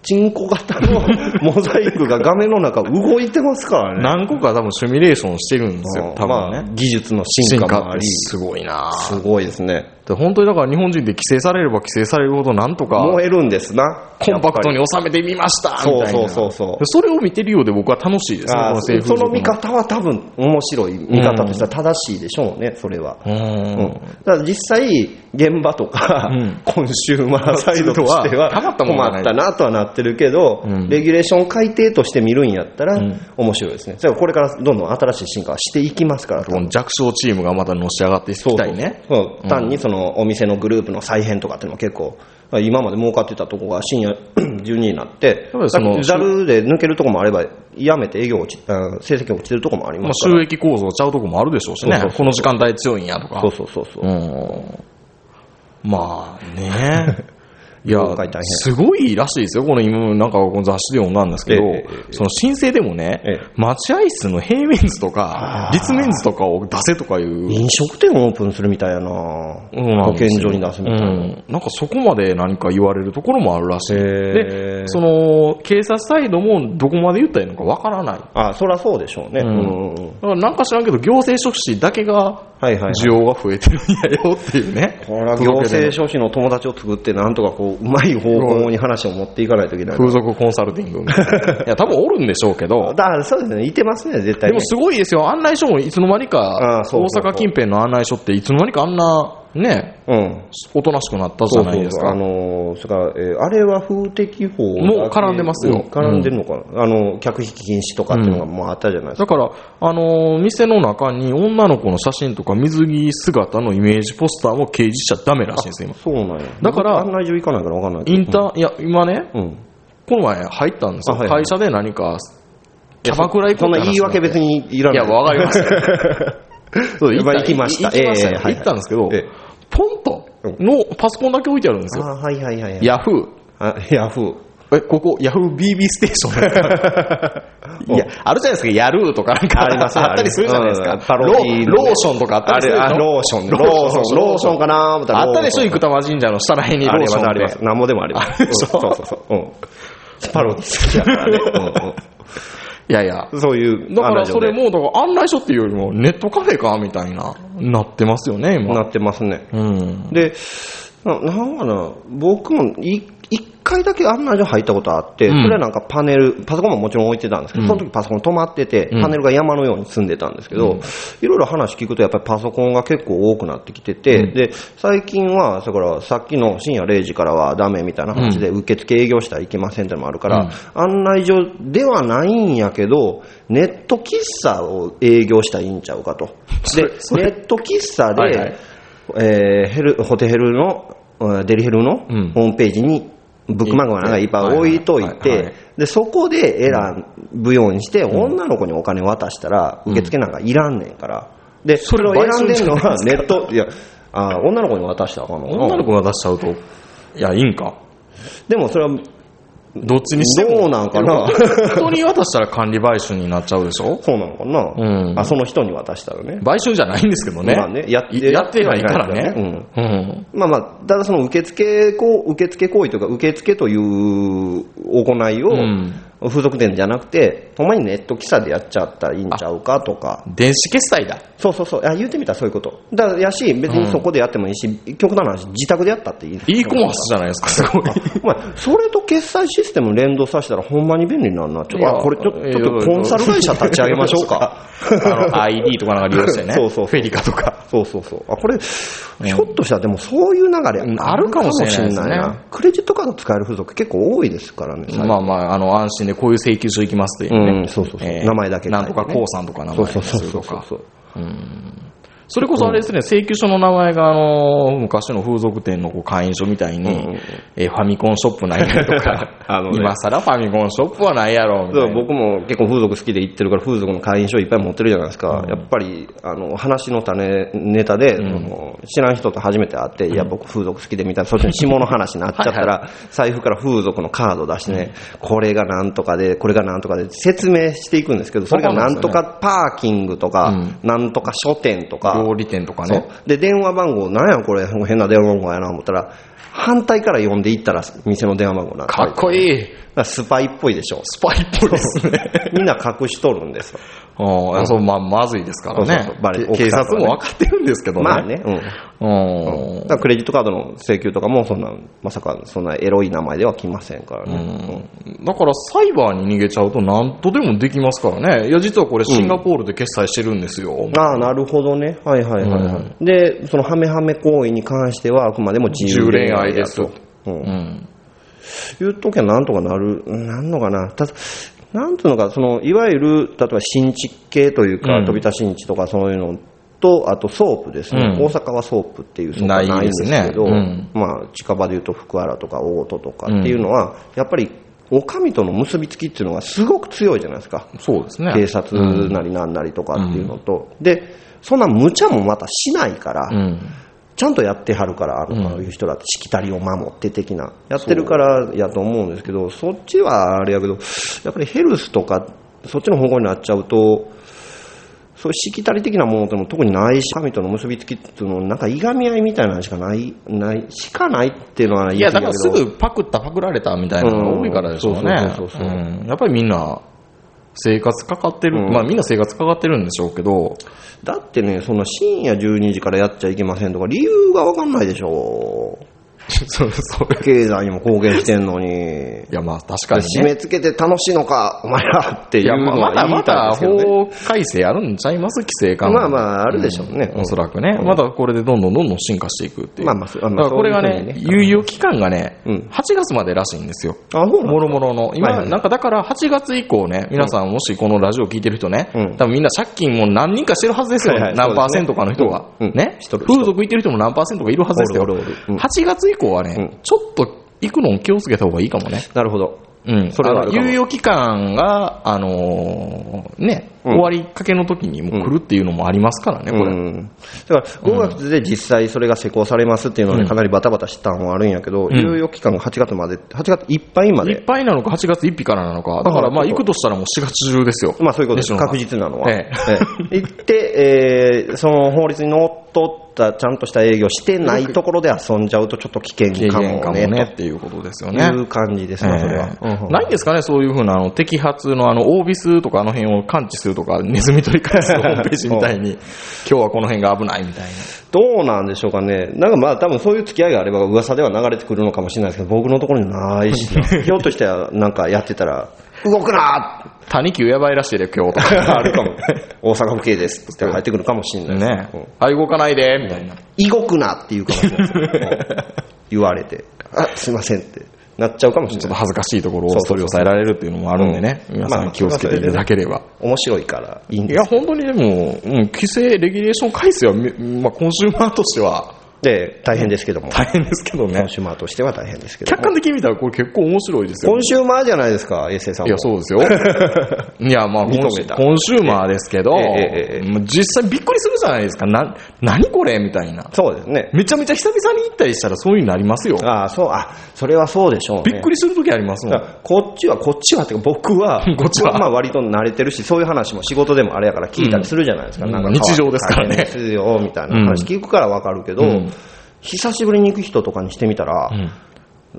B: チンコ型の モザイクが画面の中動いてますからね。
A: 何個か多分シミュレーションしてるんですよ、多
B: まあ
A: 分ね。
B: 技術の進化もあり、
A: すごいな
B: すごいですね。
A: で本当にだから日本人で規制されれば規制されるほどなんとか
B: 燃えるんですな。
A: コンパクトに収めてみましたみ
B: そう
A: たいな。
B: そうそうそう。
A: それを見てるようで僕は楽しいですね、こ
B: あ
A: の
B: ー
A: 政
B: そ
A: 府
B: の見方は多分面白い見方としては正しいでしょうね、それは。
A: う
B: うんん、だから実際、現場とか、
A: うん
B: コンシューマーサイドとしては
A: たまったもんじゃな
B: 困
A: い
B: ったなとはなってるけど、
A: うん
B: レギュレーション改定として見るんやったら
A: うん、
B: 面白いですね、それはこれからどんどん新しい進化はしていきますから、
A: この弱小チームがまたのし上がっていきたいね。
B: そう単にその、のお店のグループの再編とかっていうのも結構、今まで儲かってたとこが深夜 12時になって、
A: そうですその
B: ざるで抜けるとこもあれば、やめて営業落ち、あ成績落ちてるとこもあり
A: まあ
B: ますから、
A: 収益構造ちゃうとこもあるでしょうしね。
B: そうそうそう
A: この時間帯強いんやとか。
B: そうそうそうそう、
A: うんまあね。 いや
B: 業界大変、
A: すごいらしいですよ。この今、なんかこの雑誌で読んだんですけど
B: えええええ、え
A: その申請でもね
B: え、
A: 待合室の平面図とか、立面図とかを出せとかいう。
B: 飲食店をオープンするみたいやな、保
A: うんなんで
B: 健
A: すよ
B: 所に出すみたいな。
A: うんなんかそこまで何か言われるところもあるらしい。
B: へ
A: で、その、警察サイドもどこまで言ったらいいのかわからない。だ
B: あ、そりゃそうでしょうね。
A: うん
B: うんうんうん
A: からなんか知らんけど、行政書士だけが
B: はいはいはい。
A: 需要が増えてるんやよっていうね。
B: これは行政書士の友達を作って、なんとかこう、うまい方向に話を持っていかないといけない。
A: 風俗コンサルティングみたいな。 いや、多分おるんでしょうけ
B: だ
A: ど、
B: からそうですね、いてますね、絶対
A: で
B: ね
A: も。すごいですよ、案内所もいつの間に
B: あ
A: か
B: あ、そ
A: 大
B: うそうそう
A: 阪近辺の案内所っていつの間にかあんな、ね、
B: うん。
A: おとなしくなったじゃないです
B: あ
A: か。
B: のーそれから、えーあれは風的法だけ
A: もう絡んでますよ
B: うん絡んでるのかな、あの、客引き禁止とかっていうのがもうあったじゃないですか。
A: だから、あのー店の中に女の子の写真とか水着姿のイメージポスターも掲示しちゃダメらしいんですよ、
B: そうなんや。
A: だから
B: 案内所行かないから分かんないけ
A: 今。
B: ど。
A: インター、いや、今ね、
B: うん。うん
A: この前入ったんですよ。
B: あはいはい
A: 会社で何か、キャバクラ行こ
B: そ
A: うんって
B: な
A: 話
B: 言い訳別にいら
A: い
B: な
A: や、
B: い。
A: わかりま した。そう
B: まあ行きました
A: 行きましたよ
B: ええはいはい
A: 行ったんですけど
B: ええ、
A: ポンとのパソコンだけ置いてあるんですよ。
B: あ、はいはいはいはい。
A: ヤフー。
B: あヤフー。
A: え、ここ、ヤフー BB ステーションなんで すかいや、あるじゃないですか、やるーとかなんか
B: ありますね
A: あったりするじゃないですか。
B: うんパロディーのね
A: ローローションとかあったりするでしょ
B: あれあローション
A: ローション。
B: ローションかな思ったら
A: あったでしょ、
B: ローショ
A: 生
B: ン
A: 玉神社の下らへんにロ
B: あ
A: ー
B: り
A: ション
B: ます、
A: っ
B: あ
A: て
B: ります。なんもでもありま
A: あ
B: す。
A: れでしょ
B: そうそうそう。うん。パロディ好きだからね。
A: いやいや
B: う。んうん そういう。
A: だからそれ
B: も。
A: も、だから案内所っていうよりもネットカフェかみたいな、なってますよね、
B: な
A: 今。
B: ってますね。
A: うん。
B: で、ななんかな、僕もい一回だけ案内所入ったことあって、
A: うん
B: それはなんかパネル、パソコンももちろん置いてたんですけど、
A: うん
B: その時パソコン止まってて、
A: うん
B: パネルが山のように積んでたんですけど、いろいろ話聞くとやっぱりパソコンが結構多くなってきてて、
A: うん
B: で、最近は、だからさっきの深夜0時からはダメみたいな話で、受付営業したらいけませんってのもあるから、案内所ではないんやけど、ネット喫茶を営業したらいいんちゃうかと。で、ネット喫茶で、
A: はいはい
B: えーヘルホテヘルの、うんデリヘルの
A: うん
B: ホームページに、ブックマンゴなんかいっぱい置いとい
A: はいはいはい
B: て、で、そこで選ぶようにして、女の子にお金渡したら、
A: うん
B: 受付なんかいらんねんから。で、それを
A: 倍す
B: 選ん
A: る
B: で
A: じゃ
B: ん
A: な
B: の
A: い
B: はネット、いや、あー女の子に渡したらあかんのかな
A: 女の子が出しちゃうと、いや、いいんか。
B: でもそれは、
A: どっちにしても。
B: どうなんかな
A: 人に渡したら管理買収になっちゃうでしょ
B: そうなのかな、
A: うん
B: あ、その人に渡したらね。
A: 買収じゃないんですけどね。
B: まあねやっ
A: いやってはいからね。うん。
B: まあまあ、ただその受付こう受付行為というか、受付という行いを、
A: うん
B: 風俗店じゃなくて、ほんまにネット喫茶でやっちゃったらいいんちゃうかとか、
A: 電子決済だ。
B: そうそうそう、あ言うてみたらそういうこと、だからやし、別にそこでやってもいいし、極端な話、自宅でやったっていい、
A: e コマースじゃないですか、す ごい。
B: お前それと決済システム連動させたら、ほんまに便利になるな、ちょっ
A: いや
B: とあこれちょ、
A: え
B: ちょっとコンサル会社立ち上げましょうか。
A: あの、ID とかなんか利用してね。
B: そうそうそう
A: フェリカとか。
B: そうそうそう。あ、これ、ひょっとしたら、でもそういう流れあるかもしれない
A: あるかもしれないです
B: な。クレジットカード使える風俗結構多いですからね、
A: まあまあ、あの、安心でこういう請求書行きますっていうね。
B: うんそうそうそう
A: えー
B: 名前だけ書いて
A: な
B: ね
A: んとかこうさんとか名
B: そ
A: 前
B: うそうそう
A: する
B: そ
A: と
B: うそう
A: か。それこそあれですね、請求書の名前が、あの、昔の風俗店のこう会員証みたい
B: うんうん
A: に、えーファミコンショップないやろと
B: あの
A: か、
B: ね
A: 今更ファミコンショップはないやろ、み
B: だ
A: た
B: か
A: い
B: ら
A: な。
B: 僕も結構風俗好きで行ってるから風俗の会員証いっぱい持ってるじゃないですか、やっぱりあの話の種ネタで、その知らん人と初めて会って、いや僕風俗好きでみたいなそっちの下の話になっちゃったら財布から風俗のカード出してね、これがなんとかでこれがなんとかで説明していくんですけどそれがなんとかパーキングとか、なんとか書店とか、
A: 料理店とか
B: そ
A: ね
B: う。で電話番号なんやこれ変な電話番号やな思ったら反対から呼んでいったら店の電話番号なん
A: かっこいい。
B: だからスパイっぽいでしょ
A: スパイっぽいですね。
B: みんな隠しとるんですよ。
A: うん、そうまあ、まずいですから
B: そうそう
A: ね
B: そうバレ。
A: 警察も分かってるんですけどね。
B: まあね。うん。
A: うん。
B: だからクレジットカードの請求とかも、そんな、まさかそんなエロい名前では来ませんからね。
A: だからサイバーに逃げちゃうと何とでもできますからね。いや、実はこれシンガポールで決済してるんですよ。
B: うんああ、なるほどね。はいはいはいはい。で、そのハメハメ行為に関しては、あくまでも自由恋愛だ
A: 自由
B: と。う。
A: うんん。
B: 言うときはなんとかなる、うんなんのかな。ただなんつうのか、その、いわゆる、例えば新地系という
A: う
B: か、
A: ん
B: 飛び出し新地とかそういうのと、あとソープですね、
A: うん
B: 大阪はソープっていうソープは
A: ない
B: ないんですけど、
A: ですね
B: まあ、近場でいうと福原とか大戸とかっていうのは、やっぱりお上との結びつきっていうのがすごく強いじゃないですか、
A: そうですね。
B: 警察なりなんなりとかっていうのと、でそんな無茶もまたしないから、
A: うん。
B: ちゃんとやってはるから、あのいう人らって、しきたりを守って的な、やってるからやと思うんですけど、そっちはあれやけど、やっぱりヘルスとか、そっちの方向になっちゃうと、そういうしきたり的なものっても特にないし、神との結びつきっていうのなんかいがみ合いみたいなのしかない、ない、しかないっていうのは言
A: い
B: い過
A: や、
B: ぎだ
A: だか
B: けど
A: らすぐパクった、パクられたみたいなのが多いからでしょう
B: うん
A: ね。
B: そうそうそうそう
A: うんやっぱりみんな、生活かかってる、
B: うん
A: まあみんな生活かかってるんでしょうけ ど、
B: だってね、そんな深夜12時からやっちゃいけませんとか、理由がわかんないでしょ。
A: そうそう。
B: 経済にも貢献してんのに。
A: いや、まあ確かに
B: 締
A: ね。
B: め付けて楽しいのか、お前らって
A: い
B: いう
A: や、ま
B: のは
A: あまだま
B: 言いたい
A: だ
B: ですけどね
A: 法改正あるんちゃいます規制緩和。
B: まあまああるでしょうね
A: んおそらくね。まだこれでどんどんどんどん進化していくっていう。
B: まあまあそうまあ
A: だからこれが
B: そういう
A: ね、
B: ふうにね
A: 猶予期間がね、
B: うん
A: 8月までらしいんですよ。
B: あ、そうな
A: も
B: の
A: ろもろの。今、
B: はいはい
A: なんかだから8月以降ね、皆さんもしこのラジオ聞いてる人ね、
B: うん
A: 多分みんな借金も何人かしてるはずですよ、
B: はいはい
A: 何パーセントかの人が。
B: そうですねうんうん
A: ね。
B: しとる
A: 風俗いてる人も何パーセントかいるはずですよ。
B: おるおるおるうん
A: 8月以降はね、
B: うん
A: ちょっと行くのを気をつけた方がいいかもね。
B: なるほど。
A: うん。
B: それはあるかも
A: の猶予期間が、あのーね、
B: うん
A: 終わりかけの時にもう来るっていうのもありますからね、これ。
B: うん、だから5月で実際それが施行されますっていうのはね、
A: うん
B: かなりバタバタしたのはあるんやけど、
A: ん
B: 猶予期間が8月まで、8月いっぱいま
A: いっ
B: で、
A: ぱいなのか8月1日からなのか。だからまあ
B: あそう
A: 行くとしたらもう4月中ですよ。
B: まあそういうことで
A: で
B: す、
A: しょうか
B: 確実なのは。
A: え
B: え え行って、えーその法律にのっとった、ちゃんとした営業してないところで遊んじゃうと、ちょっと危険
A: 軽
B: か
A: 減
B: も
A: かも
B: ね、
A: ねっていうことですよ
B: と
A: ね。
B: いう感じですね、それは。
A: ええ
B: うん
A: ないんですかね、そういうふうなあの摘発のあのオービスとかあの辺を感知するとか、ネズミ取り返す ホームページみたいに、今日はこの辺が危ないみたい
B: どうなんでしょうかね、なんかまあ、多分そういう付き合いがあれば、噂では流れてくるのかもしれないですけど、僕のところにないし な、ひょっとしてなんかやってたら、動くな
A: な、他人やばいらしいで、今日 と
B: ーって
A: か、
B: あるかも、大阪府警ですって入ってくるかもしれない
A: ね
B: うん、
A: あ動かないでみたいな、
B: 異国なって言うかもしれないですうん言われて、あすいませんってなっちゃうかもし
A: ちょっと
B: れない、
A: 恥ずかしいところ
B: そ
A: を
B: うそう
A: 取
B: そう
A: り押さえられるっていうのもあるんでね、皆さ
B: まあ
A: ん気をつけていただければ。
B: 面白いからいいん
A: い
B: です
A: や、本当にでも、うん、規制、レギュレーション改正はめ、まあ、コンシューマーとしては
B: で、大変ですけども、
A: 大変ですけど
B: コ
A: ね
B: ン、シューマーとしては大変ですけど
A: 客
B: も、
A: 観的に見たら、これ結構面白いですよね
B: コンシューマーじゃないですか、衛生さん
A: い
B: も
A: や、。そう ですよ。いや、まあ、コン
B: 認
A: シ
B: めた
A: ュコンシューマーですけど、
B: えええええ
A: まあ実際びっくりするじゃないですか。な、何これみたいな。
B: そうですね。
A: めちゃめちゃ久々に行ったりしたらそういうのありますよ。
B: ああ、そう、あ、それはそうでしょうね。
A: びっくりするときありますも
B: だ
A: ん。、
B: からこっちは、こっちはっていうか、僕は
A: こっちは
B: 僕まあ割と慣れてるし、そういう話も仕事でもあれやから聞いたりするじゃないですか、
A: うん
B: なんか
A: うん日常ですからね
B: 大変ですよ、みたいな話聞くからわかるけど、
A: うん
B: 久しぶりに行く人とかにしてみたら、
A: ん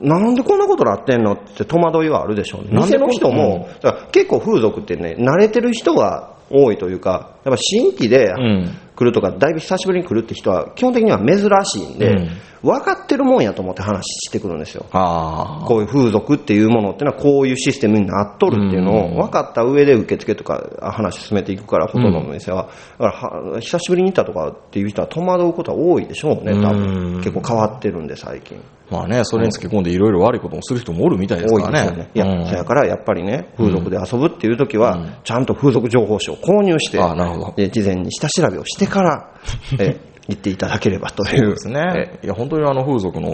B: なんでこんなことなってんのって戸惑いはあるでしょうね。
A: なんで
B: 店
A: こん
B: の人も、だから結構風俗ってね、慣れてる人が多いというか、やっぱ新規で
A: うん。
B: 来るとか、だいぶ久しぶりに来るって人は、基本的には珍しいんで、
A: うん
B: 分かってるもんやと思って話してくるんですよ。
A: ああ。
B: こういう風俗っていうものっていうのはこういうシステムになっとるっていうのを分かった上で受付とかあ話進めていくからほとんどの店は、だからは久しぶりに行ったとかっていう人は戸惑うことは多いでしょうね
A: う
B: 多
A: ん
B: 分結構変わってるんで最近
A: まあね、それにつけ込んでいろいろ悪いこともする人もおるみたいです
B: 多い
A: か
B: です
A: ら
B: よ
A: ね
B: ね。いや、
A: うん
B: そやからやっぱりね風俗で遊ぶっていう時
A: うん
B: はちゃんと風俗情報誌を購入して、
A: あなるほど
B: で事前に下調べをしてから え行っていただければとい
A: そう
B: う
A: ですね。いや、本当にあの風俗の、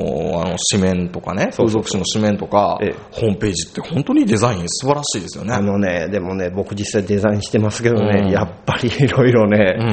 A: あの、紙面とかね、風俗誌の紙面とか
B: ええ、
A: ホームページって本当にデザイン素晴らしいですよね
B: あ。のね、でもね、僕実際デザインしてますけどね、
A: うん
B: やっぱりいろいろね、
A: うん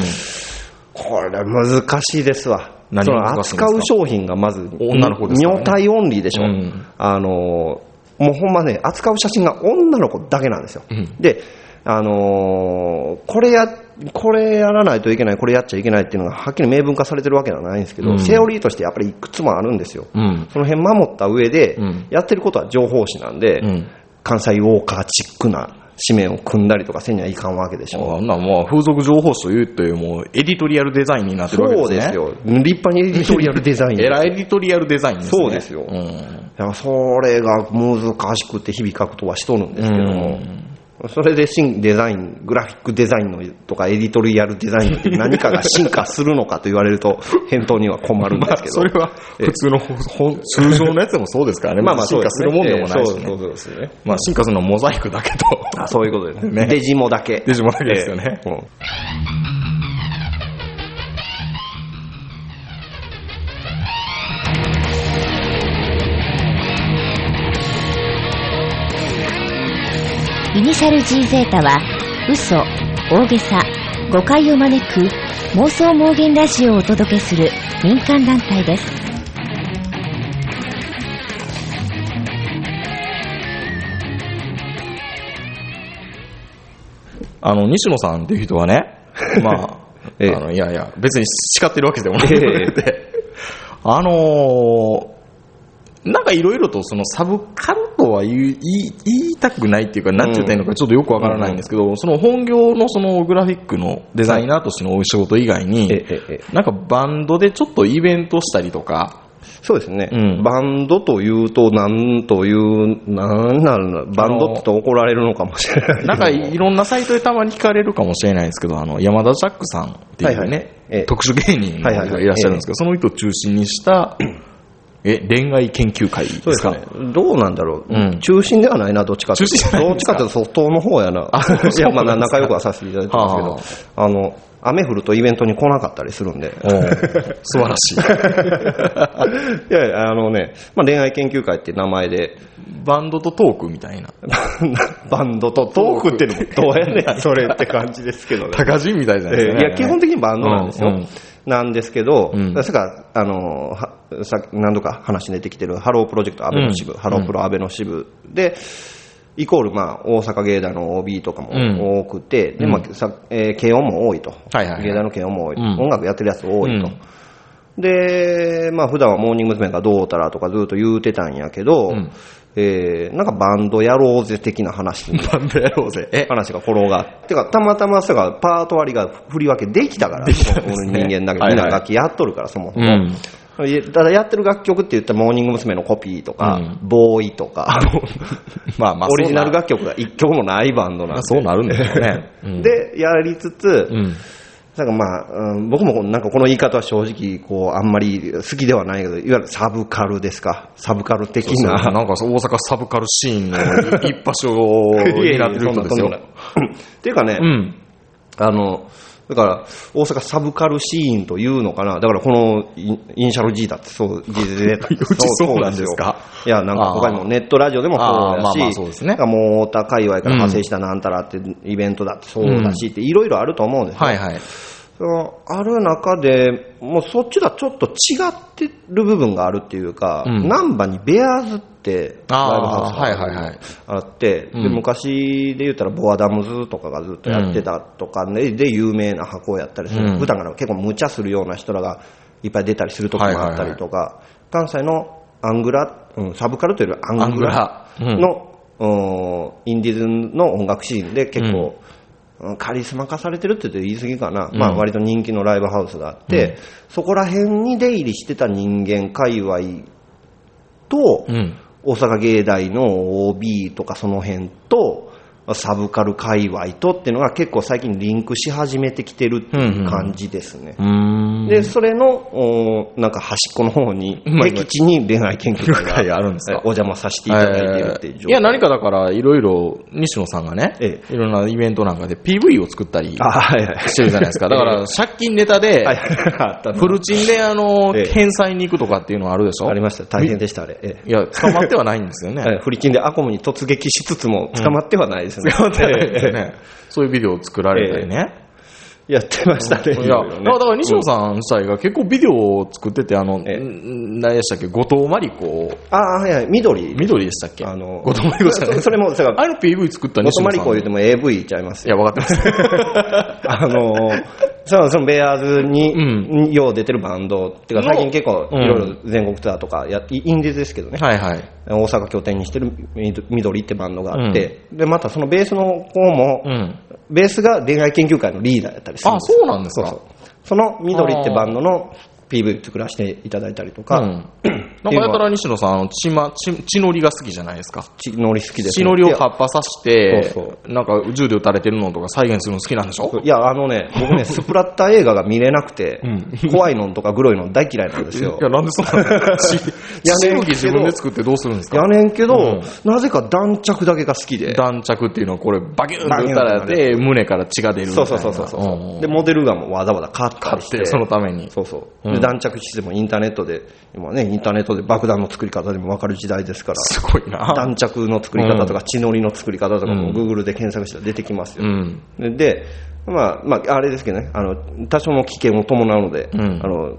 B: これ難しいですわ。
A: 何
B: そ
A: が
B: の
A: 難しいんですか
B: 扱う商品がまず、
A: 女の子ですからね
B: 妙体オンリーでしょ。
A: うん
B: あのー、もうほんまね、扱う写真が女の子だけなんですよ。
A: うん
B: で、あのーこれや、これやらないといけない、これやっちゃいけないっていうのがはっきり明文化されてるわけではないんですけど、
A: うん
B: セオリーとしてやっぱりいくつもあるんですよ。
A: うん。
B: その辺守った上で、
A: うん
B: やってることは情報誌なんで、
A: うん。
B: 関西ウォーカーチックな紙面を組んだりとかせにはいかんわけでしょ。
A: あんなもう風俗情報誌というというもうエディトリアルデザインになってるわけで
B: そう
A: すね。
B: です。よ。立派にエディトリアルデザインで
A: え
B: すよ。
A: らいエディトリアルデザインですね。
B: そうですよ
A: うん。
B: だからそれが難しくて日々書くとはしとるんですけども、それで新デザイン、グラフィックデザインのとかエディトリアルデザインって何かが進化するのかと言われると、返答には困るんですけど。
A: それは普通の、ほん通常のやつでもそうですから ね。進化するもんでもないし、
B: そうそう
A: ね。
B: そうですね。
A: まあ進化するのはモザイクだけど、
B: あそういうことですね。
A: ね
B: デジモだけ。
A: デジモだけですよね。
B: うん
C: イニシャル G ゼータは嘘、大げさ、誤解を招く妄想盲言ラジオをお届けする民間団体です。
A: あの、西野さんっていう人は ね、まあ、
B: ええ
A: あのいやいや、別に叱ってるわけでもない
B: ええ
A: ので、あのーなんかいろいろとそのサブカルとは言い言い言いたくないっていうか、なんて言ったらいいのかちょっとよくわからないんですけど、その本業のそのグラフィックのデザイナーとしてのお仕事以外に、
B: ええええ
A: なんかバンドでちょっとイベントしたりとか、
B: そうですね、
A: うん
B: バンドというと、なんという、なんなるの、バンドって言うと怒られるのかもしれないけ ど。
A: なんかいろんなサイトでたまに聞かれるかもしれないですけど、あの山田ジャックさんっていうね、
B: はいはいええ
A: 特殊芸人の人がいらっしゃるんですけど、その人を中心に した、え、恋愛研究会です
B: そうです
A: か
B: ね。どうなんだろう、
A: うん
B: 中心ではないな、どっちかっていうと
A: 中心じゃない
B: ど
A: ん
B: っ
A: で
B: ち
A: すか
B: かというと、外の方やな。
A: あそうなんです
B: い
A: か
B: や、まあ、な仲良くはさせていただいてますけど、あの、雨降るとイベントに来なかったり するんで。
A: おー素晴らし い。
B: いやいや、あのね、まあ、恋愛研究会って名前で、
A: バンドとトークみたいな。
B: バンドとトークってのもどうやね ん、それって感じですけどね。
A: 高人みたいじゃないです
B: え
A: か、
B: ーいや、基本的にバンドなんですよ。
A: うんうん
B: なんですけど、
A: うん
B: だからあのはさ何度か話に出てきてるハロープロジェクト、アベノ支部、
A: うん
B: ハロープロ、アベノ支部で、イコール、まあ、大阪芸大の OB とか
A: うん
B: も多くて、で
A: うん
B: まあさえー慶応も多いと、
A: はいはいはい
B: 芸大の慶応も多い、
A: うん
B: 音楽やってるやつ多いと。
A: うん
B: で、まあ普段はモーニング娘。がどうたらとかずっと言うてたんやけど、
A: うん
B: えーなんかバンドやろうぜ的な話に
A: バンドやろうぜ。え、
B: 話が転がって、てか、たまたまそれがパート割りが振り分けできたから、
A: できたんですね
B: 俺人間だけど、
A: はいはい
B: みんな楽器やっとるから、そもそうも。
A: ん。
B: いただやってる楽曲って言ったら、モーニング娘。のコピーとか、
A: うん
B: ボーイとか、
A: まあまあ、
B: オリジナル
A: が。
B: 楽曲が一曲もないバンドなん
A: ま
B: で
A: あ、そうなるんですよ ね。うん、
B: で、やりつつ、
A: うん。
B: なんかまあ、うん僕もなんかこの言い方は正直、こう、あんまり好きではないけど、いわゆるサブカルですか、サブカル的
A: そう
B: な
A: そうなんかそう大阪サブカルシーンの一発を担
B: いやいや
A: ってる人です
B: そんな
A: よ。
B: そんなっていうかね、
A: うん。
B: あの、だから、大阪サブカルシーンというのかな。だから、このイン、イニシャル G だって、そう、G で出 た。
A: うちそうなんですか
B: そういや、なんか、
A: あー
B: 他にもネットラジオでもそう
A: あーま
B: だ
A: あ
B: し、
A: まあそうですね
B: なんかもう、太田界隈から派生したなんたらって、イベントだってそうだし、って、いろいろあると思うんですよ
A: はいはい。
B: そのある中で、もうそっちとはちょっと違ってる部分があるっていうか、
A: うん
B: 難波にベアーズってライブハウ
A: あ
B: スが
A: ーはいはいはい
B: あって、で
A: うん
B: 昔で言ったらボアダムズとかがずっとやってたとかね、で有名な箱をやったりする、
A: うん
B: 普段から結構無茶するような人らがいっぱい出たりする時もあったりとか、関西のアングラ、うんサブカルというよりアングラ
A: アングラうん
B: の、うんインディーズの音楽シーンで結構、うんカリスマ化されてるって言って言い過ぎかな、
A: うん
B: まあ割と人気のライブハウスがあって、そこら辺に出入りしてた人間界隈と、
A: うん。
B: 大阪芸大の OB とかその辺と、サブカル界隈とっていうのが結構最近リンクし始めてきてるっていう感じですね。
A: うーん。
B: で、それの、おなんか端っこの方に、
A: まあ
B: 敵地に恋愛研究 会
A: 会
B: が
A: あるんですか
B: お邪魔させていただいてるっていう状況。
A: えーいや、何かだから、いろいろ、西野さんがね、
B: え
A: いろんなイベントなんかで PV を作ったりし
B: あ、はいはい。
A: てるじゃない ですか。だから、借金ネタで、
B: はいあった
A: フルチンで、あの、
B: ええ
A: 返済に行くとかっていうのはあるでしょ
B: ありました。大変でした、あれ。ええ
A: いや、捕まってはないんですよね。
B: はいフリキンでアコムに突撃しつつも捕まってはないですね。
A: 捕まってはないんですよ ね。そういうビデオを作られたりね。
B: やってましたね。
A: いや、
B: い
A: だ
B: ろい
A: か
B: ろね
A: らだから西野さん自体が結構ビデオを作ってて、あの、ん
B: ええ
A: 何でしたっけ、後藤真理子、
B: ああ、はいはい。緑。
A: 緑でしたっけ
B: あの
A: 後藤真理子じゃない
B: そそれも、だから
A: あの PV 作った
B: 元
A: 西野
B: マ
A: さ
B: リ
A: ん。
B: コ言うても AV 言っちゃいます
A: い
B: よ。
A: や、分かってます。
B: あのー、そうそのベアーズに、
A: う
B: よう出てるバンドっていうか
A: の
B: 最近結構い
A: うん
B: ろいろ全国ツアーとかや、イインディーズですけ どね、
A: はいはい。
B: 大阪拠点にしてるみ緑ってバンドがあって、で、またそのベースの子も、
A: うん。
B: ベースが恋愛研究会のリーダーやったりするん
A: あ、
B: ですよ
A: そうなんですか。
B: その緑ってバンドの PV 作らせていただいたりとか、
A: うん。 なんかやたら西野さん、あの血ま、血、血のりが好きじゃないですか。
B: 血のり好きです、
A: 血のりを葉っぱ刺して
B: そう、
A: なんか銃で撃たれてるのとか再現するの好きなんでしょ
B: いや、あのね、僕ね、スプラッター映画が見れなくて、怖いのんとかグロいのん大嫌いなんですよ
A: い。や、なんでそうなん ですか
B: や
A: 血
B: ね
A: の
B: んけ
A: り
B: ど
A: 自分で作ってどうするんです
B: や
A: か
B: ねんけど、
A: う
B: なぜか弾着だけが好きで。
A: 弾着っていうのはこれバキューンと撃た
B: バ
A: れ
B: キュ
A: て、胸から血が出るみた
B: そ
A: いうな。
B: そうそうそうそう、
A: ん
B: で、モデルガンもわざわざ買った
A: 買
B: り
A: っ
B: して
A: て、そのために。
B: そうそう、
A: うん
B: で、弾着してもインターネットで、今ね、インターネッ後で爆弾の作り方でも分かる時 代ですから、
A: すごいな。
B: 弾着の作り方とか、血のりの作り方とか
A: う
B: も、
A: ん
B: グーグルで検索したら出てきます
A: う
B: よ。
A: ん。
B: で、まあ、まあ、あれですけどね、あの多少の危険を伴うので、
A: うん
B: あの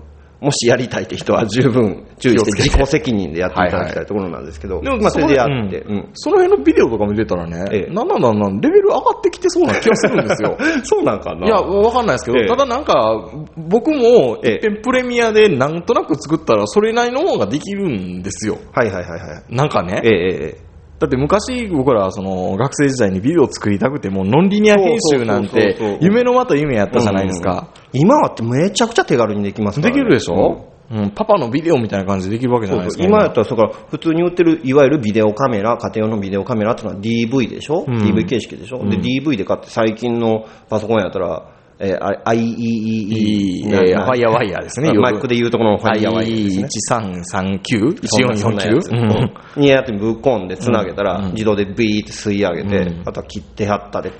B: もしやりたいって人は十分注意し
A: 気をつけて
B: て、自己責任でやっていただきたいところなんですけど、まあ、それでやって、
A: うん
B: うん
A: その辺のビデオとか見てたらね、
B: ええ
A: なんなんなんなん、レベル上がってきてそうな気がするんです よ。
B: そうなんかない
A: や、わかんないですけど、
B: ええ
A: ただなんか、僕も
B: ええ
A: 一遍プレミアでなんとなく作ったら、それなりのものができるんですよ。
B: はいはいはいはい。
A: なんかね、
B: ええええ
A: だって昔僕らはその学生時代にビデオ作りたくてもノンリニア編集なん
B: そうそうそう
A: て
B: そう
A: 夢のまた夢やったじゃないですか、
B: うん今はってめちゃくちゃ手軽にできますから
A: で
B: ね、
A: きるでしょ、うんパパのビデオみたいな感じでできるわけじゃ
B: そ
A: ないうですか
B: そう今やったら、それから普通に売ってる、いわゆるビデオカメラ、家庭用のビデオカメラっていうのは DV でしょ、
A: うん
B: DV 形式でしょ、で、
A: うん
B: DV で買って、最近のパソコンやったら、えー、あ IEEE、
A: いいいやいや
B: な
A: ファイヤーワイヤーですね
B: あ
A: よく
B: マイクで言うところのファイヤーワイヤーですね。
A: 1339、
B: そんなやつ
A: 1449、うん
B: にやってぶっこんでつなげた
A: うん
B: ら
A: うん
B: 自動でビーって吸い上げて、
A: うん
B: あとは切ってはったり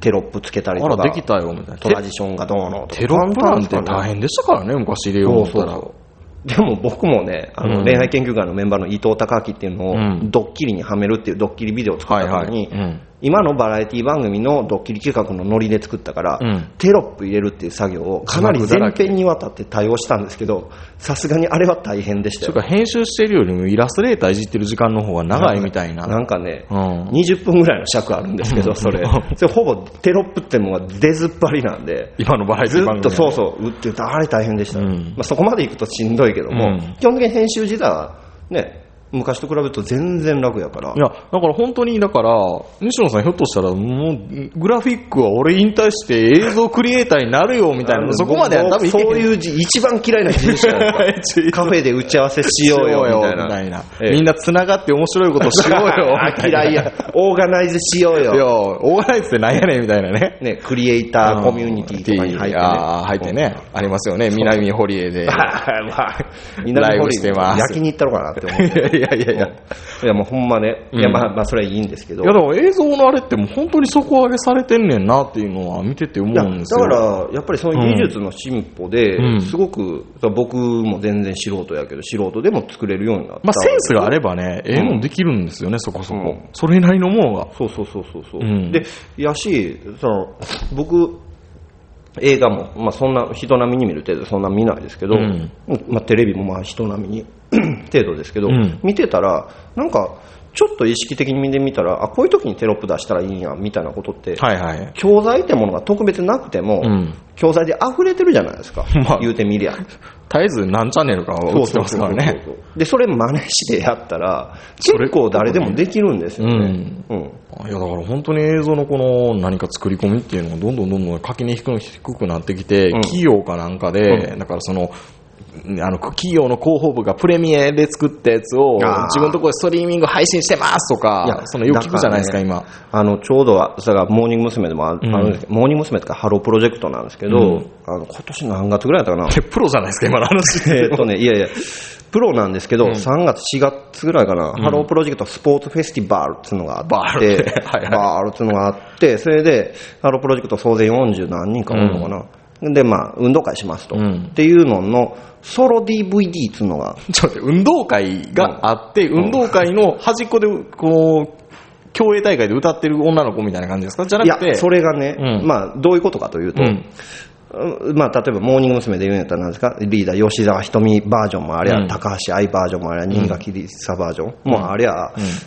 B: テロップつけたりと
A: あ
B: から
A: できたよみたい
B: ト
A: な
B: ラジションがどうのとか
A: テロップなんて
B: 簡単ですから
A: 大
B: ね
A: 変でしたからね昔入れよう
B: そう
A: 思った
B: そう
A: ら
B: そうでも僕もね、あ
A: う
B: の
A: ん
B: 恋愛研究会のメンバーの伊藤孝明っていうの
A: う
B: を
A: ん
B: ドッキリにはめるっていうドッキリビデオを作っ
A: はい
B: た
A: はい、
B: 時に、
A: うん
B: 今のバラエティ番組のドッキリ企画のノリで作ったから、
A: うん
B: テロップ入れるっていう作業をかなり前編にわたって対応したんですけど、さすがにあれは大変でした
A: それ
B: よ
A: か。ら編集してるよりもイラストレーターいじってる時間の方が長いみたいな
B: なんかね、
A: うん
B: 20分ぐらいの尺あるんですけど、それ
A: う、
B: それほぼテロップってものが出ずっぱりなんで、
A: 今のバラエテ
B: ず
A: ィ番
B: っ
A: 組
B: と
A: は
B: そうそう、打ってた、あれ大変でした、
A: うん
B: まあ、そこまで行くとしんどいけども、
A: うん
B: 基本的に編集時代は、ね、昔と比べると全然楽やから
A: い、や、だから本当に、だから、西野さんひょっとしたら、もう、グラフィックは俺引退して映像クリエイターになるよ、みたい
B: あ
A: な、
B: の
A: そこまでは多分いけ
B: 僕そう
A: う、
B: いうじ一番嫌いな人種 やんカフェで打ち合わせし
A: し
B: よ
A: よ
B: う
A: う
B: よ
A: よ、み
B: みた
A: た
B: い
A: い
B: な
A: な。。
B: ええ
A: みんな繋がって面白いことしようよ、 み
B: あ
A: たいな。
B: 嫌いや。オーガナイズしよう
A: いや、
B: よ。
A: オーガナイズってなんやねん、みたいなね。
B: ね、クリエイターコミュニティとかに入ってね。
A: あー入ってね。ありますよね、南堀 江で。
B: まあ、
A: ライブしてます
B: 焼きに行ったろかなって思う。
A: い やいやいやいや。
B: いや、もうほんまね。
A: うん
B: いや、まあ、まあ、それはいいんですけど。
A: いや、でも映像のあれってもう本当に底上げされてんねんなっていうのは見てて思
B: いや
A: うんです
B: だ
A: よ。
B: から、やっぱりその技術の進歩で
A: うん、
B: すごく、僕も全然素人やけど、素人でも作れるようになった。
A: まあ、センスがあればね、ええもんできるんですよね、そこそこ。
B: うん
A: それなりのものが。
B: そうそうそうそうそう、
A: うん
B: で、やし、その、僕、映画も、まあ、そんな、人並みに見る程度、そんな見ないですけど、
A: うん
B: まあ、テレビもまあ、人並みに 程度ですけど、
A: うん
B: 見てたら、なんか、ちょっと意識的に見てみたら、あ、こういう時にテロップ出したらいいんや、みたいなことって、
A: はいはい。
B: 教材ってものが特別なくても、
A: うん
B: 教材で溢れてるじゃないですか、
A: まあ
B: 言うてみりゃ。
A: 絶えず何チャンネルか映ってますからね。
B: そうそうそうそう。で、それ真似してやったら、結構誰でもできるんですよね。うん
A: いやだから本当に映像のこの何か作り込みっていうのがどんどんどんどん垣根低くなってきて、
B: うん
A: 企業かなんかで、だからその、あの企業の広報部がプレミアで作ったやつを
B: あー
A: 自分のところでストリーミング配信してますと
B: い
A: か
B: や、
A: そのよく聞くじゃないですか、
B: だ
A: 今。
B: あのちょうどは、それがモーニング娘。でもああるんですけど、モーニング娘。とかハロープロジェクトなんですけど、
A: うん、
B: あの今年何月ぐらいだったかな
A: プロじゃないですか、今の 話。
B: えーっとね、いやいや、プロなんですけど、3月、4月ぐらいかな、ハロープロジェクトスポーツフェスティバルっていうのがあっ
A: バル
B: て
A: ね、はいはい
B: バルっていうのがあって、それで、ハロープロジェクト総勢40何人かおるのかな。で、まあ、運動会しますと。
A: うん
B: って いうのの、ソロ DVD っていうのが、
A: ちょっと待って運動会があって、運動会の端っこで、こう、競泳大会で歌ってる女の子みたいな感じですかじゃ
B: い
A: な
B: や
A: くて、、
B: それがね、
A: うん
B: まあ、どういうことかというと、
A: うん
B: まあ、例えば、モーニング娘。で言うんやったらなんですか、リーダー、吉沢ひとみバージョンもありゃ、
A: うん
B: 高橋愛バージョンもありゃ、新垣りさバージョンもありゃ、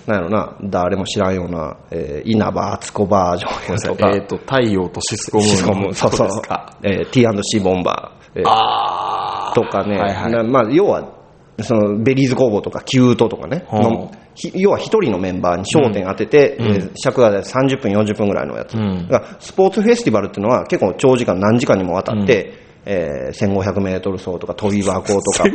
B: なんやろな、誰も知らんような、えー、稲葉敦子バージョンやとか、
A: えっ、と、太陽とシスコム
B: シスコ
A: ーン
B: ム
A: の
B: そう
A: こ
B: そ
A: と
B: う
A: ですか。、
B: えー、T&C ボンバー、えー
A: あー
B: とかね、
A: はいはい
B: なまあ、要は、そのベリーズ工房とかキュートとかね、
A: うん
B: のひ要は一人のメンバーに焦点当てて、えー尺が30分、40分ぐらいのやつ、
A: うん
B: だからスポーツフェスティバルっていうのは結構長時間、何時間にもわたって、えー1500メートル走 とか飛び箱とか、
A: 1500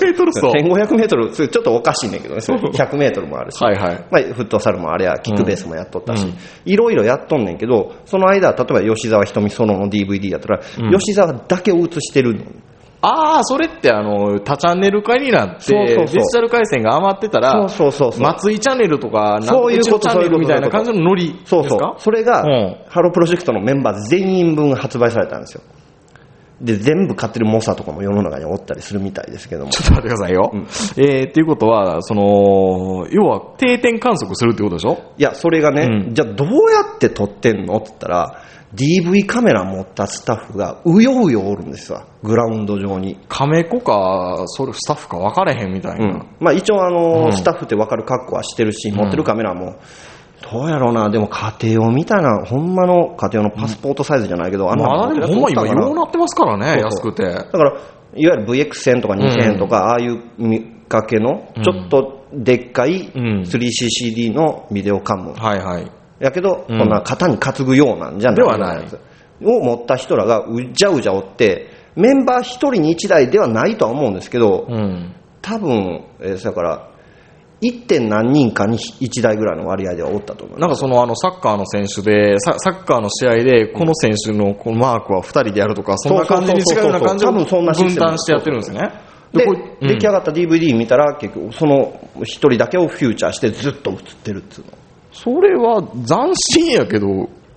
A: メートル走
B: 1500メートル、それちょっとおかしいねんだけどね、それ100メートルもあるし、
A: はいはい
B: まあ、フットサルもあれや、キックベースもやっとったし
A: うん、
B: いろいろやっとんねんけど、その間、例えば吉沢ひとみソロの DVD やったら、
A: うん
B: 吉沢だけを映してるの。
A: あー、それってあの、多チャンネル化になって
B: そうそうそう
A: デジタル回線が余ってたら、
B: そうそうそうそう
A: 松井チャンネルとか、
B: そういうこと
A: なんとかうちのチャンネルみたい
B: そうい
A: な
B: うこと
A: 感じのノリですか
B: そうそう。それが、
A: うん
B: ハロープロジェクトのメンバー全員分が発売されたんですよ。で、全部買ってる猛者とかも世の中におったりするみたいですけども
A: ち。ょっと待ってくださいよ。えー、っていうことは、その、要は定点観測するってことでしょ
B: いや、それがね、
A: うん
B: じゃあどうやって撮ってんのって言ったら、DV カメラ持ったスタッフがうようよおるんですわ、グラウンド上に。
A: 亀子か、それスタッフか分かれへんみたいな。
B: まあ、一応あの、
A: うん
B: スタッフって分かる格好はしてるし、持ってるカメラも、どうやろうな、でも家庭用みたいな、ほんまの家庭用のパスポートサイズじゃないけど、あんな
A: ま
B: の
A: あでもほんま今、ようなってますからね、安くて。
B: だから、いわゆる VX1000 とか2000とか、ああいう見かけの、
A: うん
B: ちょっとでっかい
A: うん
B: 3CCD のビデオカム、
A: はいはい。
B: やけど、
A: うん
B: こんな型に担ぐようなんじゃない
A: ではない
B: やつを持った人らがうじゃうじゃおって、メンバー1人に1台ではないとは思うんですけど、
A: うん。
B: 多分、えーだから、1. 点何人かに1台ぐらいの割合ではおったと思う。
A: なんかそのあのサッカーの選手で、ササッカーの試合で、この選手のこのマークは2人でやるとか、そんな感じに
B: そう
A: 近い
B: そ
A: よ
B: うそうう
A: な
B: そう
A: 感じ
B: 多分そんなシステム
A: 分担してやってるんですね。
B: で
A: こう
B: 出来上
A: うん
B: がった DVD 見たら、結局、その1人だけをフューチャーしてずっと映ってるっていうの。
A: それは斬新やけど、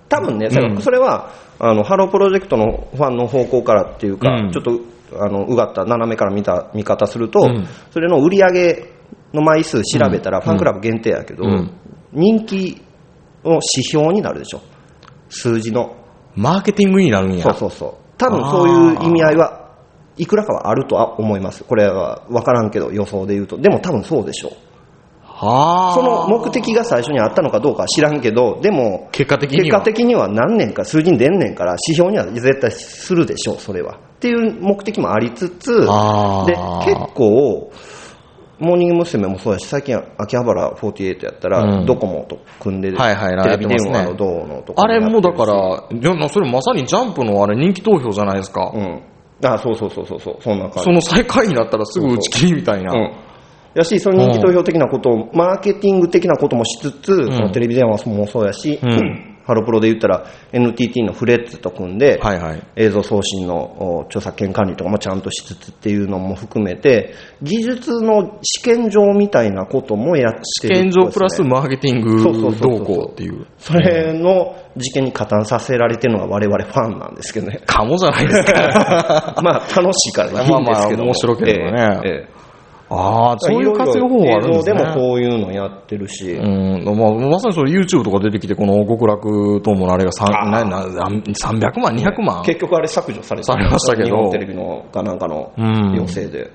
B: 多分ね、
A: うん
B: それはあのハロープロジェクトのファンの方向からっていうか、
A: うん
B: ちょっとあのうがった斜めから見た見方すると、
A: うん
B: それの売り上げの枚数調べたら、
A: うん
B: ファンクラブ限定やけど、
A: うん
B: 人気の指標になるでしょ、数字の、
A: マーケティングになるんや。
B: そうそうそう、多分そういう意味合いはいくらかはあるとは思います、これは分からんけど、予想で言うと、でも多分そうでしょう、
A: はあ。
B: その目的が最初にあったのかどうかは知らんけど、でも、
A: 結果的
B: 結
A: に
B: 果
A: は。
B: 的には何年か数字に出んねんから指標には絶対するでしょう、それは。っていう目的もありつつ、で
A: あー
B: 結構、モーニング娘。もそうだし、最近秋葉原48やったら、
A: うん
B: ドコモと組んで、
A: はいはい
B: テレビ電話
A: や
B: の
A: って
B: どうのとか
A: あ
B: やっ
A: れ
B: てる
A: も
B: し。
A: だから、いやなそれまさにジャンプのあれ人気投票じゃないですか。
B: うん。あ、そうそうそうそうそう、そんな感じ
A: そ。の最下位になったらすぐ打ち切りみたいな。
B: うんやし、その人気投票的なことを、マーケティング的なこともしつつ、
A: ん
B: そのテレビ電話もそうやし、
A: うん
B: ハロプロで言ったら NTT のフレッツと組んで、
A: はいはい。
B: 映像送信のお著作権管理とかもちゃんとしつつっていうのも含めて、技術の試験場みたいなこともやって
A: 試
B: る、
A: 験場プラス、マーケティング
B: そうそうそう
A: 動
B: そう
A: 向っていう。。
B: それの事件に加担させられてるのが我々ファンなんですけどね
A: かもじゃないです か。
B: まあ楽しいからいいんですけども
A: まあまあ面白ければね
B: ええええ
A: ああ、そういう活用方法あるんですね。
B: 映像でもこういうのやってるし、
A: うん、まあ、まさにそれ YouTube とか出てきて、この極楽とものあれがさんなななん300万、200万。
B: 結局あれ削除されて
A: されましたけど
B: 日本テレビのかなんかの
A: うん
B: 要請で、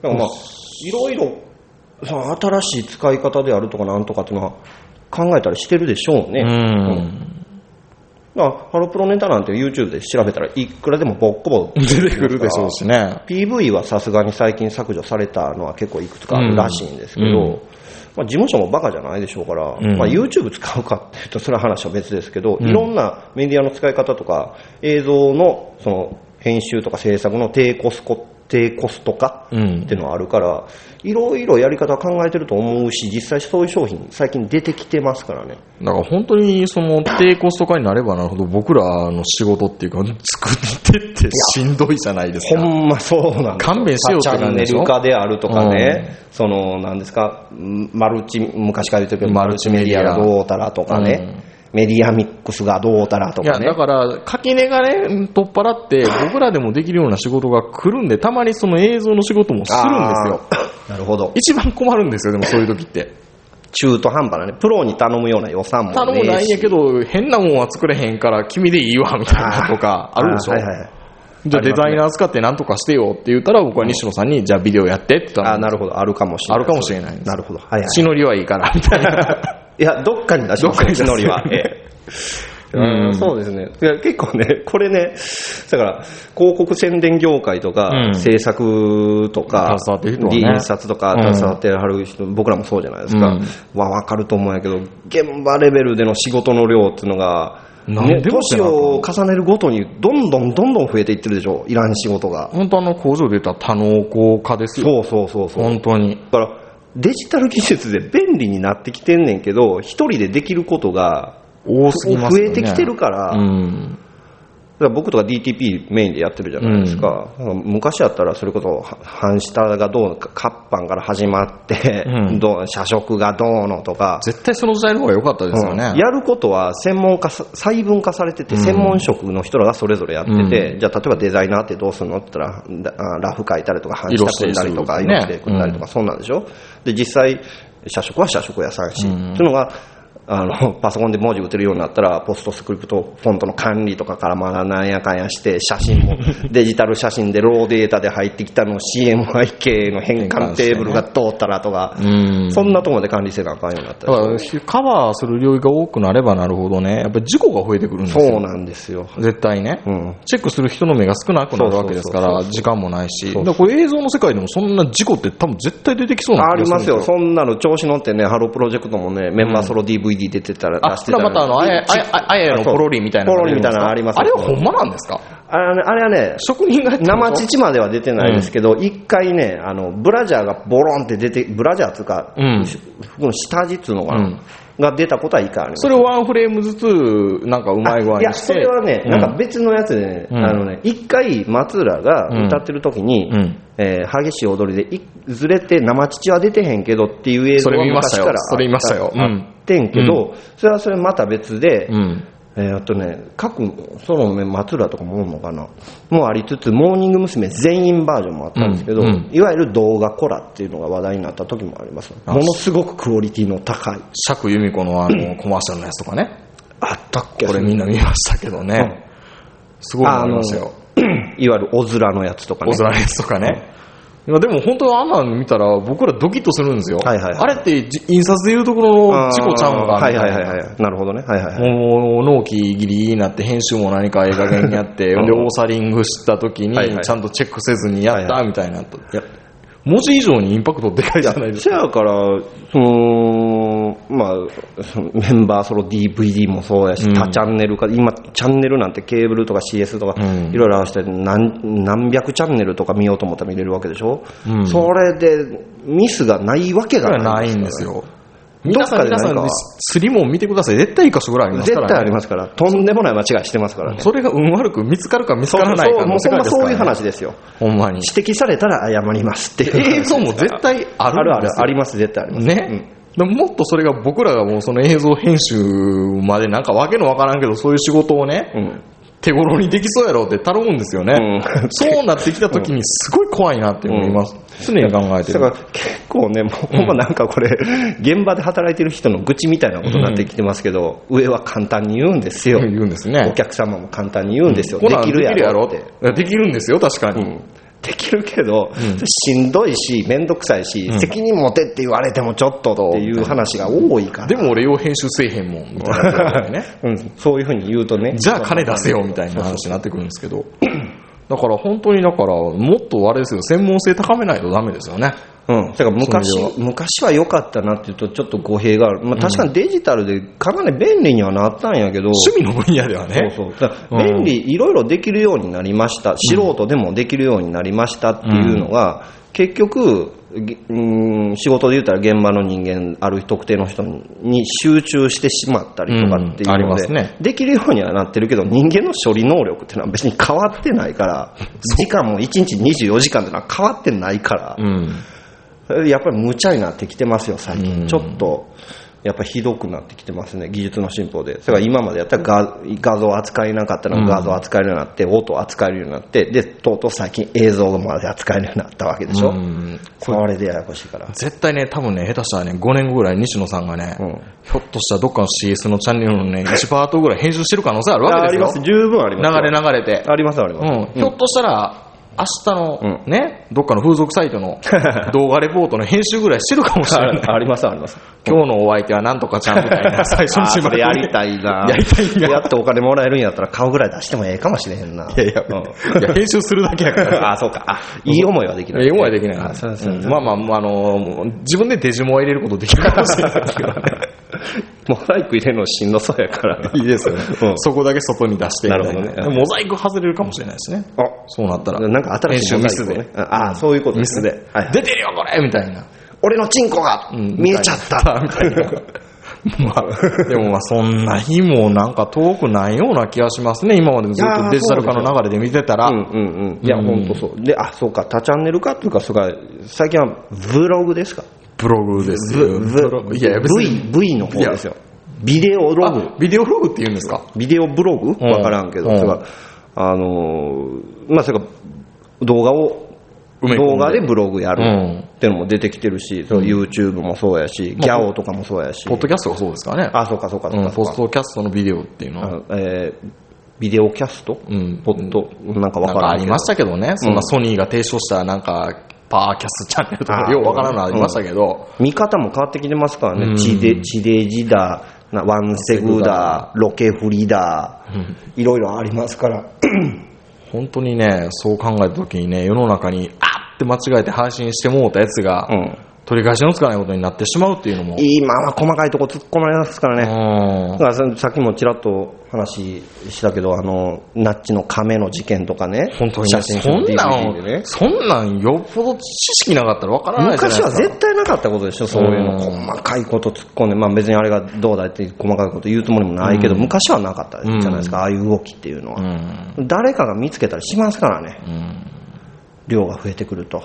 B: だからまあいろいろその新しい使い方であるとかなんとかっていうのは考えたりしてるでしょうね、
A: う
B: うん
A: ん。
B: だからハロプロネタなんて YouTube で調べたらいくらでもボッコボッ
A: 出てくるでしょうしね。
B: PV はさすがに最近削除されたのは結構いくつかあるらしいんですけど、
A: うん
B: まあ、事務所もバカじゃないでしょうから、
A: うん
B: まあ、YouTube 使うかっていうとそれは話は別ですけど、
A: うん
B: いろんなメディアの使い方とか映像のその編集とか制作の低コスコ低コスト化
A: う
B: っ
A: ん
B: て。いうのはあるからいろいろやり方は考えてると思うし実際そういう商品最近出てきてますからね
A: だから本当に、その、低コスト化になればなるほど、僕らの仕事っていうか、作ってってしんどいじゃないです
B: ほ
A: か。
B: んまそうなんですよ
A: 勘弁しようって
B: チャ
A: 感
B: ン
A: じ
B: ネ
A: でしょ
B: ル化であるとかね、その、なんですか、マルチ、昔から言ってるけど、
A: マ
B: マ
A: ル
B: ル
A: チ
B: チ
A: メ
B: メ
A: デ
B: デ
A: ィ
B: ィ
A: ア
B: アがどうたらとかね、メディアミックスがどうたらと
A: いや、
B: かね
A: だ。から、垣根がね、取っ払って、僕らでもできるような仕事が来るんで、たまにその映像の仕事もするんですよ。
B: あ ー。なるほど。
A: 一番困るんですよ、でもそういう時って。
B: 中途半端なね、プロに頼むような予算もね
A: 頼むないんやけ
B: し
A: ど、変なもんは作れへんから、君でいいわ、みたいなとか、あるでしょ、
B: あーはいはい
A: じゃあ
B: あり
A: デ
B: ますね
A: ザイナー使ってなんとかしてよって言ったら、僕は西野さんに、じゃあビデオやってって言った
B: あー、
A: ら、
B: なるほど。あるかもしれな
A: あ
B: い。
A: るかもしれないです
B: なるほど。はいはい。
A: 血のりはいいから、みたいな。
B: いや、どっかに出し
A: どっ
B: ます
A: かに
B: よ、
A: 出す
B: 血のりは。え え
A: うん
B: うんそうですね。いや結構ね、これね、だから、広告宣伝業界とか、
A: うん
B: 制作とか、
A: 携わってる人はね
B: 印刷とか、
A: うん
B: 携わってはる人、僕らもそうじゃないですか。
A: うん
B: わ、わかると思うんやけど、現場レベルでの仕事の量っていうのが、
A: なんでも
B: ね、
A: ってなった
B: 年を重ねるごとに、どんどんどんどん増えていってるでしょ、いらん仕事が。
A: 本当あの工場で言ったら多能工化ですよ。
B: そうそうそうそう。
A: 本当に。
B: だからデジタル技術で便利になってきてんねんけど一人でできることが
A: 多すぎますよね。
B: 増えてきてるから
A: うん。
B: だから僕とか DTP メインでやってるじゃないですか、昔やったらそれこそ半下がどうのカッパンから始まって、
A: うん
B: どう社食がどうのとか、
A: 絶対その時代の方が良かったですよね
B: うん。やることは専門化さ細分化されてて、
A: うん
B: 専門職の人らがそれぞれやってて、じゃあ例えばデザイナーってどうするのって言ったらだあラフ書いたりとか半下くんだりとか
A: 色指
B: 色
A: 定
B: 指定
A: する
B: くんだりとか、そんなんでしょで実際社食は社食屋さんし、っていうのがあの パソコンで文字打てるようになったらポストスクリプトフォントの管理とかから学なんやかんやして写真もデジタル写真でローデータで入ってきたのを CMYK の変換テーブルが通ったらとか、
A: うん
B: そんなとこまで管理せなあかんようになった
A: だ
B: り
A: からカバーする領域が多くなればなるほどね、やっぱり事故が増えてくるんですよ。
B: そうなんですよ。
A: 絶対ね、
B: うん
A: チェックする人の目が少なくなるわけですか
B: そうそう
A: ら、
B: そうそう
A: 時間もないし、
B: そ
A: だ
B: う
A: からこれ映像の世界でもそんな事故って多分絶対出てきそうな
B: あ
A: 気
B: り
A: が
B: ますす
A: るん
B: よ、
A: ですよ。
B: そんなの調子乗ってね、ハロープロジェクトもね、メンバーソロ DVD 出てたら、
A: あ、
B: 出
A: そ
B: して
A: れ
B: た
A: はまたあの、あや、あや、あやのポロリみたいなのが
B: ポロ
A: 出るん
B: リ
A: で
B: みた
A: す
B: い
A: か。
B: なのあります
A: あれはほんまなんですか
B: あれはねあれはね、
A: 職人がやってるんです
B: 生
A: か
B: 乳までは出てないですけど、一回ね、あの、ブラジャーがボロンって出て、ブラジャーっていうか、
A: うん
B: 服の下地っつうのか
A: う、
B: なんが出たことは一回あります。
A: それをワンフレームずつ、なんかうまい具合
B: いや、
A: にして。
B: それはね、
A: うん
B: なんか別のやつでね、
A: うん
B: あのね、一回松浦が歌ってる時に、
A: うん
B: えー激しい踊りでい、ずれて生乳は出てへんけどっていう映像
A: それ
B: が
A: 見ました
B: 昔
A: よ
B: からあ
A: それ見ましたようん
B: あってんけど、それはそれまた別で、
A: うん。
B: えーあとね、各ソロのね松浦とかもおるのかな、もありつつ、モーニング娘。全員バージョンもあったんですけど、
A: うんうん
B: いわゆる動画コラっていうのが話題になった時もあります、
A: あ
B: ものすごくクオリティの高い、
A: 釈由美子のあ の、コマーシャルのやつとかね。
B: あったっけ、
A: これみんな見ましたけどね。すごい思いましたよ。
B: いわゆるおずらのやつとかね
A: オズ、ラレスとかね。いやでも本当あんなの見たら僕らドキッとするんですよ。
B: はいはいはい
A: あれってじ印刷でいうところの事故ちゃうんかみ
B: は
A: たい
B: い
A: な。
B: はいはいはい、なるほどね、はいはいはい、
A: もう納期ギリギリになって編集も何かええ加減にやって、
B: うん
A: で、オーサリングした時
B: はいは
A: に
B: い
A: ちゃんとチェックせずにやっ
B: はい
A: た
B: は
A: みたいなと。いや文字以上にインパクトでかいじゃないです
B: せ
A: か。
B: やから、その、まあ、そのメンバー、その DVD もそうやし、
A: うん
B: 他チャンネルか、今、チャンネルなんてケーブルとか CS とか
A: うん、
B: いろいろ合わせて何、何百チャンネルとか見ようと思ったら見れるわけでしょ、
A: うん
B: それで、ミスがないわけ
A: そ
B: が
A: れは
B: な
A: ないいん
B: ん
A: で
B: ですす
A: よ
B: よ。。
A: 皆さん
B: どっ
A: 皆
B: かで
A: さ
B: なん
A: ん
B: か、
A: スリも見てください。絶対一箇所ぐらいあります
B: 絶
A: から、ね。
B: 対ありますから、とんでもない間違いしてますからね。
A: それが運悪く見つかるか見つからないかの世
B: そうそう
A: 界ですから、ね。
B: もうほんまそういう話ですよ。
A: ほんまに。
B: 指摘されたら謝りますっていう
A: 映像も絶対あ
B: あ
A: る
B: る
A: ん
B: あ
A: で
B: る
A: すよ。
B: あります、絶対あります。
A: ね、だからもっとそれが僕らがもうその映像編集までなんかわけのわからんけどそういう仕事をね、
B: うん
A: 手頃にできそうやろうって頼むんですよね、
B: うん
A: そうなってきた時にすごい怖いなって思います、常に考えて
B: だから
A: る
B: 結構ね、もうほんまなんかこれ、現場で働いてる人の愚痴みたいなことになってきてますけど、上は簡単に言うんですよ、
A: 言うんですね
B: お客様も簡単に言うんですよ、
A: こん
B: で
A: なん
B: きるやろっ
A: でき
B: て
A: る。やろってできるんですよ確かに、
B: できるけど、しんどいし、めんどくさいし、責任持てって言われてもちょっとっていう話が多いから、
A: でも俺よう編集せえへんもんみたいなことでね
B: うん、そういうふうに言うとね、
A: じゃあ金出せよみたいな話になってくるんですけど、 だから本当にだから、もっとあれですよ、専門性高めないとダメですよね。
B: うん、だから昔
A: そういう
B: 昔は良かったなっていうと、ちょっと語弊がある、まあ、確かにデジタルでかなり便利にはなったんやけど、
A: 趣味の分野ではね。
B: そうそうだから
A: うん
B: 便利、いろいろできるようになりました、素人でもできるようになりましたっていうのが、結局、ぎうん仕事で言ったら現場の人間、ある特定の人に集中してしまったりとかっていうので、
A: うんありますね
B: できるようにはなってるけど、人間の処理能力っていうのは別に変わってないから、時間も1日24時間っていうのは変わってないから。
A: うん。
B: やっぱり無茶になってきてますよ、最近、
A: うん
B: ちょっとやっぱひどくなってきてますね、技術の進歩で、それから今までやったら画画像扱えなかったのが画像扱えるようになって、音扱えるようになって、でとうとう最近、映像まで扱えるようになったわけでしょ、
A: うん
B: これでややこしいから、
A: 絶対ね、多分ね、下手したらね、5年後ぐらい西野さんがね、
B: うん
A: ひょっとしたらどっかの CS のチャンネルの ね、1パートぐらい編集してる可能性あるわ
B: あ
A: け
B: あ
A: です
B: り
A: よ。
B: ます、十分ありますよ、
A: 流れ流れて。
B: あります、あり
A: う
B: ます、
A: ん。ひょっとしたら、明日の
B: うん
A: ね、どっかの風俗サイトの動画レポートの編集ぐらいしてるかもしれない。
B: ああります、あります。
A: 今日のお相手はなんとかちゃんみたい な、最初
B: あ
A: の
B: ー
A: 締
B: そ
A: め
B: れやりたいな
A: やりたいな
B: やっとお金もらえるんやったら顔ぐらい出してもええかもしれへんない
A: やいや、いや編集するだけやから。
B: ああそうかあいい思いはできない
A: 英語はできないな
B: あそうそう
A: うんまあまあまあ、あのー、自分でデジモンを入れることできるかもしれないですけどね。
B: モザイク入れるのしんどそうやからな。
A: いいですよね、
B: うん
A: そこだけ外に出してみたいな
B: なるほどね
A: モザイク外れるかもしれないですね。
B: あ
A: そうなったら。
B: なんか新しいモザイク
A: 編
B: を
A: 集ミ
B: ね
A: ス。で
B: ああ、そういうこと
A: ミ
B: で
A: ス
B: す
A: で
B: ね。はいはい
A: 出てるよこれみたいな。
B: 俺のチンコが
A: うん
B: 見えちゃった。
A: みたいな。ま あ、でもまあそんな日もなんか遠くないような気がしますね、今までずっとデジタル化の流れで見てたら。
B: うんうんうん。いや、
A: うん
B: 本当そう。で、あ、そうか、他チャンネルかっていうか、そうか、最近はブログですか。
A: ブログですよ。
B: ブ
A: ブロ
B: ブ
A: グいや、別に。
B: V、V の方ですよ。ビデオログ
A: あ。ビデオログって言うんですか
B: ビデオブログ
A: うん
B: わからんけど、
A: うん
B: それがあのーまあ、それが動画を、
A: 埋め込んで
B: 動画でブログや
A: う
B: る
A: ん
B: っていうのも出てきてるし、それ YouTube もそうやし、ギャオとかもそうやし
A: ポッ、ドキャストがそうですからね。
B: あ、そうかそうかそう
A: う
B: か
A: ん、ポ
B: そう
A: ッ
B: か、
A: ドキャストのビデオっていうの
B: あ
A: は。
B: のえービデオキャスト、
A: うん
B: ポッド、なんかわ
A: なん
B: か
A: からあ
B: んけ
A: り
B: ど
A: ましたけどね、そんなソニーが提唱したなんか、パーキャスチャンネルと
B: あ
A: か
B: ー、
A: ようわからんのありましたけど、
B: 見方も変わってきてますから
A: う
B: ね、
A: ん
B: 地デ地デジだ、なワンセグだ、ロケフリだ、いろいろありますから。
A: 本当にね、そう考えた時にね、世の中に、あって間違えて配信してもうたやつが、
B: うん
A: 取り返しのつかないことになってしまうっていうのも、
B: 今は細かいとこ突っ込まれますから
A: う
B: ね。
A: ん
B: だからささっきもちらっと話したけど、あの、ナッチの亀の事件とかね、
A: 本当に
B: 写
A: ね、
B: 真
A: そ
B: 集の
A: んな
B: DVD でね
A: ん、。そんなんよっぽど知識なかったらわからないじゃない
B: 昔
A: で
B: は
A: すか。
B: 絶対なかったことでしょ、そういうの。
A: うん
B: 細かいこと突っ込んで、まあ別にあれがどうだいって細かいこと言うつもりもないけど、
A: うん
B: 昔はなかったじゃないですか、ああいう動きっていうのは。誰かが見つけたりしますからね、
A: うん。うん。
B: 量が増えてくると。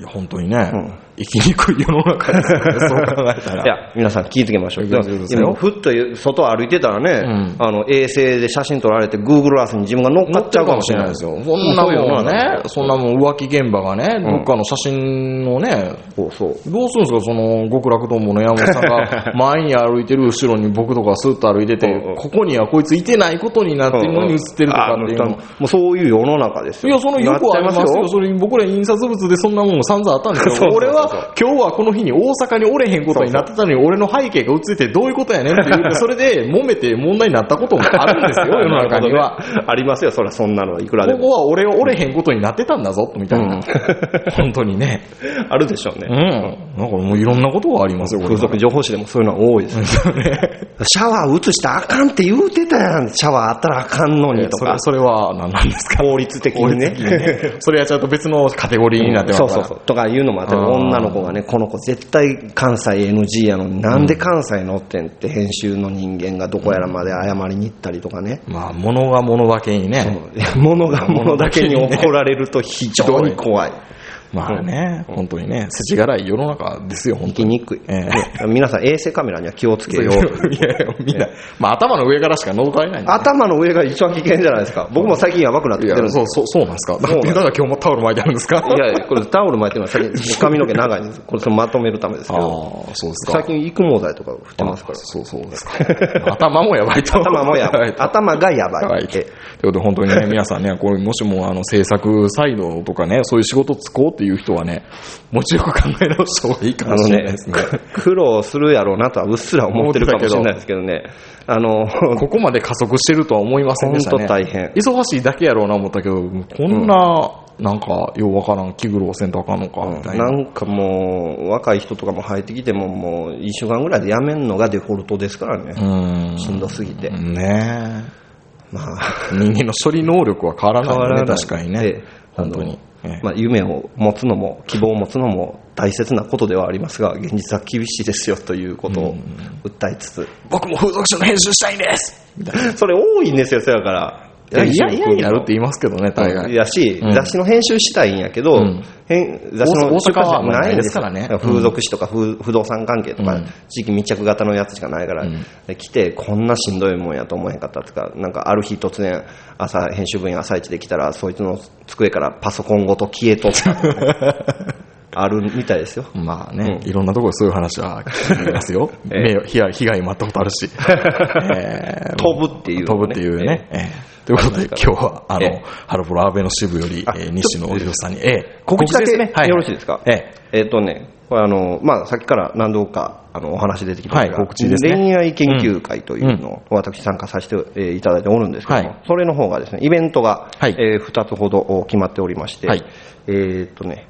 A: いや、本当にね、
B: うん
A: 生きにくい世の中ですよ ね、そう考えたら。
B: いや、皆さん気ぃつけましょう。
A: 気をつけてください
B: 今、ふっと外歩いてたらね、あの、衛星で写真撮られて、Google Earth に自分が乗っか
A: な
B: っちゃうかもしれないですよ。
A: そんな
B: そういう世の
A: もん
B: 中なん
A: ね、そんなもん浮気現場がね、どっかの写真をね、
B: そうそう。
A: どうするんですか、その極楽どんぼの山本さん が前に歩いてる後ろに僕とかスーッと歩いてて
B: うんうん、
A: ここにはこいついてないことになってるのに映ってるとかっていうのも
B: あ。もうそういう世の中です
A: い
B: よ。
A: や、そのよくあります
B: なっちゃい
A: よ。それに僕ら印刷物でそんなもん散々あったんです
B: そ
A: よ。
B: うそうそう
A: 俺は今日はこの日に大阪におれへんことになってたのに、俺の背景が映っててどういうことやねんって言って、それで揉めて問題になったこともあるん ですよ、世の中には。
B: ありますよ、そりゃそんなのはいくらで
A: こ
B: も。
A: こは俺を折れへんことになってたんだぞ、みたいな。
B: うん
A: 本当にね。
B: あるでしょう
A: うん。
B: ね。
A: なんかもういろんなことがありますよ、これ
B: 風俗情報誌でもそういうのは多いですよ。シャワー映したらあかんって言うてたやん。シャワーあったらあかんのにと
A: それ
B: か。
A: それは何なんですか
B: 法律的にね。
A: それやっちゃうと別のカテゴリーになってます
B: そ
A: か
B: う
A: ら。
B: そうそう。とかいうのもあって、
A: うん
B: 女の子がね、この子絶対関西 NG やのに、なんで関西乗ってんって編集の人間がどこやらまで謝りに行ったりとかね。
A: まあ、物が物だけにね。
B: 物が物だけに怒られると非常に怖い。
A: まあね、本当にね、世知辛い世の中ですよ、本
B: 行
A: 当
B: き
A: に。
B: にくい。
A: え
B: ね皆さん衛星カメラには気をつけ
A: い
B: よ
A: や
B: う。
A: いや、みんな、まあ頭の上からしか覗かれないんで
B: 頭の上が一番危険じゃないですか。僕も最近やばくなって
A: い
B: きて
A: や
B: るん、です
A: そう、そう、そうなんですか。だっ
B: そうなんで
A: て
B: す
A: だから今日もタオル巻いてあるんですか
B: いやいや、これタオル巻いてるの は最近髪の毛長いんです。これそれまとめるためですけ
A: ああ
B: ど。、
A: そうですか。
B: 最近育毛剤とか振ってますから。
A: そうそうですか。頭もやばいと。
B: 頭もやばい。
A: と
B: 頭がやば
A: やば
B: い
A: い。ということで、本当にね、皆さんね、これ、もしも、あの、制作サイドとかね、そういう仕事つこうっていう人はね、もちろん考え直した方がいいか
B: あ
A: も
B: の
A: しれない
B: ね
A: ですね。、
B: 苦労するやろうなとはうっすら思ってるかもしれないですけどね。あの、
A: ここまで加速してるとは思いませんでしたね。
B: ほんと大変
A: 忙しいだけやろうな思ったけど、こんな、なんか、ようわからん気苦労せんとあかんのか、みたいな。
B: なんかもう、若い人とかも入ってきても、もう、1週間ぐらいでやめんのがデフォルトですからね。
A: うん。
B: しんどすぎて。
A: ねえ
B: まあ。
A: 人間の処理能力は変わらない
B: 変わ
A: よ
B: ら
A: ね
B: ない
A: 確かにね
B: で。
A: 本当に。
B: あの
A: ええ
B: まあ、夢を持つのも、希望を持つのも大切なことではありますが、現実は厳しいですよということを訴えつつ、
A: 僕も風俗書の編集したいんですみたいな。
B: それ多いんですよ、そやから。
A: いや、嫌になるって言
B: い
A: いますけどね、大概。
B: やし、
A: うん
B: 雑誌の編集したいんやけど、
A: うん
B: 編雑誌
A: 大
B: の
A: 阪は
B: 出版社
A: ないですからね
B: だ風俗誌とか不不動産関係とか、
A: うん
B: 地域密着型のやつしかないから、
A: うん
B: で来て、こんなしんどいもんやと思えへんかったとか、なんかある日突然、朝、編集部員朝一で来たら、そいつの机からパソコンごと消えとったと かあるみたいですよ。
A: まあね、いろんなところでそういう話は聞きます よ。
B: ええ
A: 迷惑被害被害もあったことある し。ええ
B: 飛ぶっていうのね
A: 飛ぶっていうね。ええということで、今日は、あ
B: え
A: の
B: え、
A: ハロプロ安倍の支部より
B: あ、
A: ええ西野亮さんに、ええ
B: 告知だけ
A: ですねは
B: よろしいですか
A: ええ
B: えっ、とね、これあの、まあ、さっきから何度かあのお話出てきましたが、
A: はい告知ですね
B: 恋愛研究会というのを私参加させてえーいただいておるんですけども、
A: はい
B: それの方がですね、イベントが、
A: はい
B: え2つほどお決まっておりまして、
A: はい
B: えっ、とね、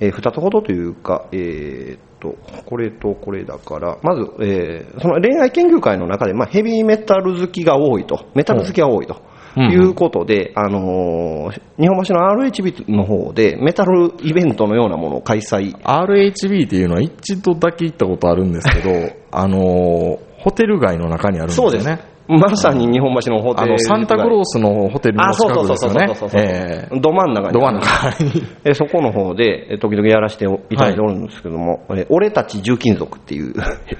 B: え2つほどというか、えっとこれとこれだから、まず、えーその恋愛研究会の中で、まあ、ヘビーメタル好きが多いと、メタル好きが多いと。
A: うん
B: いうことで、あのー日本橋の RHB の方で、メタルイベントのようなものを開催
A: RHB っていうのは一度だけ行ったことあるんですけど、あのーホテル街の中にあるんです
B: そ
A: よ
B: う
A: ね。
B: ですね。まさに日本橋のホテ
A: あ
B: ル
A: の、サンタクロースのホテルの
B: あ、そ
A: 近
B: うそう
A: く
B: そ
A: で
B: う
A: す
B: そう
A: よ
B: そう
A: ね
B: そ
A: え
B: うそう。
A: え
B: ど真ん中に。
A: ど真ん中に。
B: えそこの方で、え時々やらせていただいておるんですけども、え俺たち重金属っていう、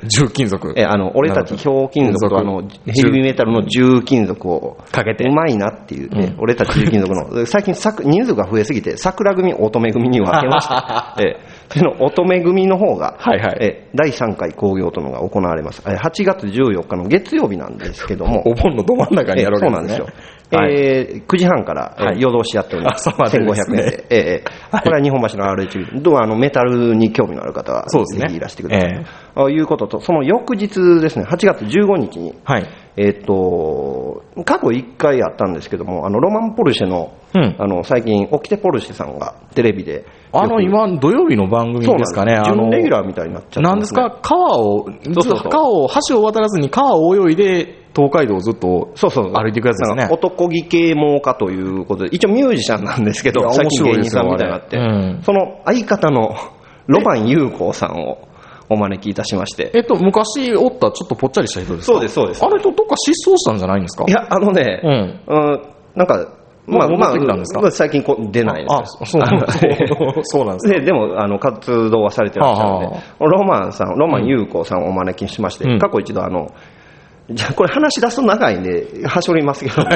A: 重金属。
B: えあの俺たちひょう金属とあ
A: 金属
B: のヘビーメタルの重金属を
A: かけて
B: うまいなっていうね、
A: うん
B: 俺たち重金属の、最近さく人数が増えすぎて、桜組、乙女組に分けました。えその乙女組の方が、
A: はいはい
B: え第3回興行というのが行われます。え8月14日の月曜日なんですけども、
A: お盆のど真ん中にやるわけ
B: そうなんですよ。
A: はい
B: えー9時半から、えー
A: はい
B: 夜通しやっております。
A: 朝までです
B: 1500
A: ね
B: 円で。ええ ええこれは日本橋の RHB。どうあのメタルに興味のある方は、
A: そうですね
B: ぜひいらしてください。
A: ええ
B: ということと、その翌日ですね、8月15日に、
A: はい。
B: えっと、過去1回あったんですけども、あの、ロマン・ポルシェの、
A: うん
B: あの、最近、オキテ・ポルシェさんがテレビで、
A: あの、
B: よく、
A: 今、土曜日の番組
B: そう
A: で
B: なんですす
A: か
B: か
A: ね。
B: ね。
A: あの
B: 準レギュラーみたいになっちゃってますね
A: なんですか川を、
B: そうそうそう
A: 川を、橋を渡らずに川を泳いで、東海道をずっと
B: そうそう。
A: 歩いていくやつです
B: なん
A: ね
B: か。男気啓蒙家ということで、一応ミュージシャンなんですけ
A: いや
B: ど、最近
A: 面白いで
B: 芸人
A: す
B: さ
A: よ
B: んみたいになって、
A: あれうん
B: その相方 のロマン優子さんをお招きいたしまして、
A: えっと、昔おったちょっとぽっちゃりした人ですか
B: そうですそうです
A: あの人どっか失踪したんじゃないんですか
B: いや、あのね、
A: うん。
B: うん、なんか、まあ、
A: もう戻ってきたんですか
B: まあ最近こう出ない
A: あ、そうなんですそう そうなんですね。
B: ででもあの活動はされてらっしゃるん
A: は
B: で、ロマンさん、ロマン優子さんをお招きしまして、
A: うん
B: 過去一度あの、じゃあこれ話し出すと長いんで、はしょりますけども、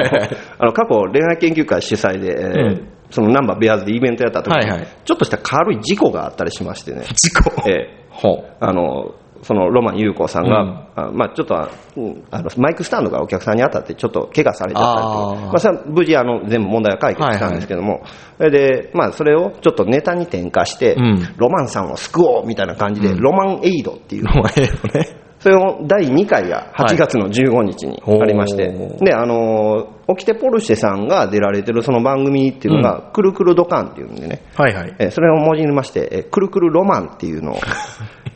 B: あの過去、恋愛研究会主催で、えー
A: うん
B: そのナンバーベアーズでイベントやった時に、
A: はいはい
B: ちょっとした軽い事故があったりしまし てね、
A: 事故。
B: えー
A: ほう。
B: あのそのロマン優子さんが、
A: うん
B: あまあ、ちょっとあうんあのマイクスタンドがお客さんに当たって、ちょっと怪我されちゃったりと
A: あ
B: か
A: ー
B: まあそれは無事あの、全部問題は解決したんですけども、それでまあ、それをちょっとネタに転化して、
A: うん
B: ロマンさんを救おうみたいな感じで、
A: うん
B: ロマンエイドっていう、
A: お前よね。
B: それを第2回が8月の15日にありまして、
A: おー
B: であのオキテポルシェさんが出られてるその番組っていうのが、くるくるドカンっていうんでね、
A: はいはい。
B: えそれを文字にまして、えくるくるロマンっていうのを。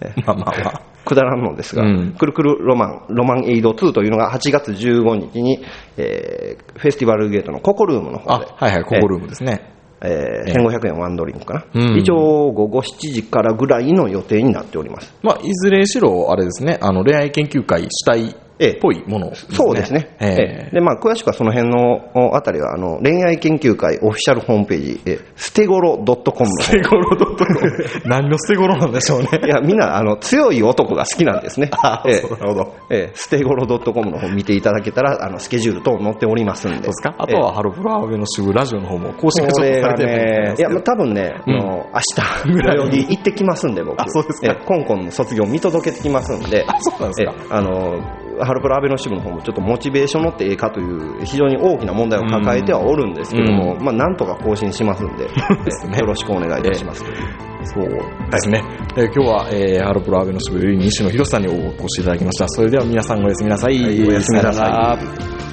B: え
A: まあまあまあ。
B: くだらんのですが、
A: うん
B: くるくるロマン、ロマンエイド2というのが8月15日に、えーフェスティバルゲートのココルームの
A: あ
B: 方で、、
A: はいはい、ココルームですね。
B: えー1500円ワンドリンクかな、
A: うん
B: 一応午後7時からぐらいの予定になっております。
A: まあ、いずれにしろ、あれですね、あの、恋愛研究会主体っぽいもの、
B: そうですね。
A: え
B: え
A: え
B: えで、まあ、詳しくはその辺のおあたりは、あの、恋愛研究会オフィシャルホームページ、えステゴロ .com の方
A: 捨て頃ドットコム何の捨て頃なんでしょうね。
B: いや、みんな、あの、強い男が好きなんですね。
A: あ
B: ええ
A: そうなるほど。
B: ええ、ステゴロ .com の方見ていただけたら、あの、スケジュール等載っておりますんで。
A: そうですかあとは、ハロプロアワベの支部ラジオの方も公式がちょっとされ
B: これが
A: てるみたいなん
B: ね
A: で、
B: い
A: す
B: や、
A: け
B: ま
A: ど
B: あ多分ね、
A: うん
B: あの明日、
A: ぐ
B: ぐ
A: ら
B: ら
A: いに
B: 行ってきますんで、僕。
A: あそうですか
B: ええコンコンの卒業見届けてきますんで。
A: あそうなんですか
B: ええあの、ハロプロアベノ支部の方もちょっとモチベーションのってええかという、非常に大きな問題を抱えてはおるんですけども、
A: う
B: まあなんとか更新しますんで、ええよろしくお願いいたします。
A: そうですね。えー今日は、えーハロプロアワベの支部より西野博さんにお越しいただきました。それでは皆さんおやすみなさい。
B: はいおやすみなさい
A: ら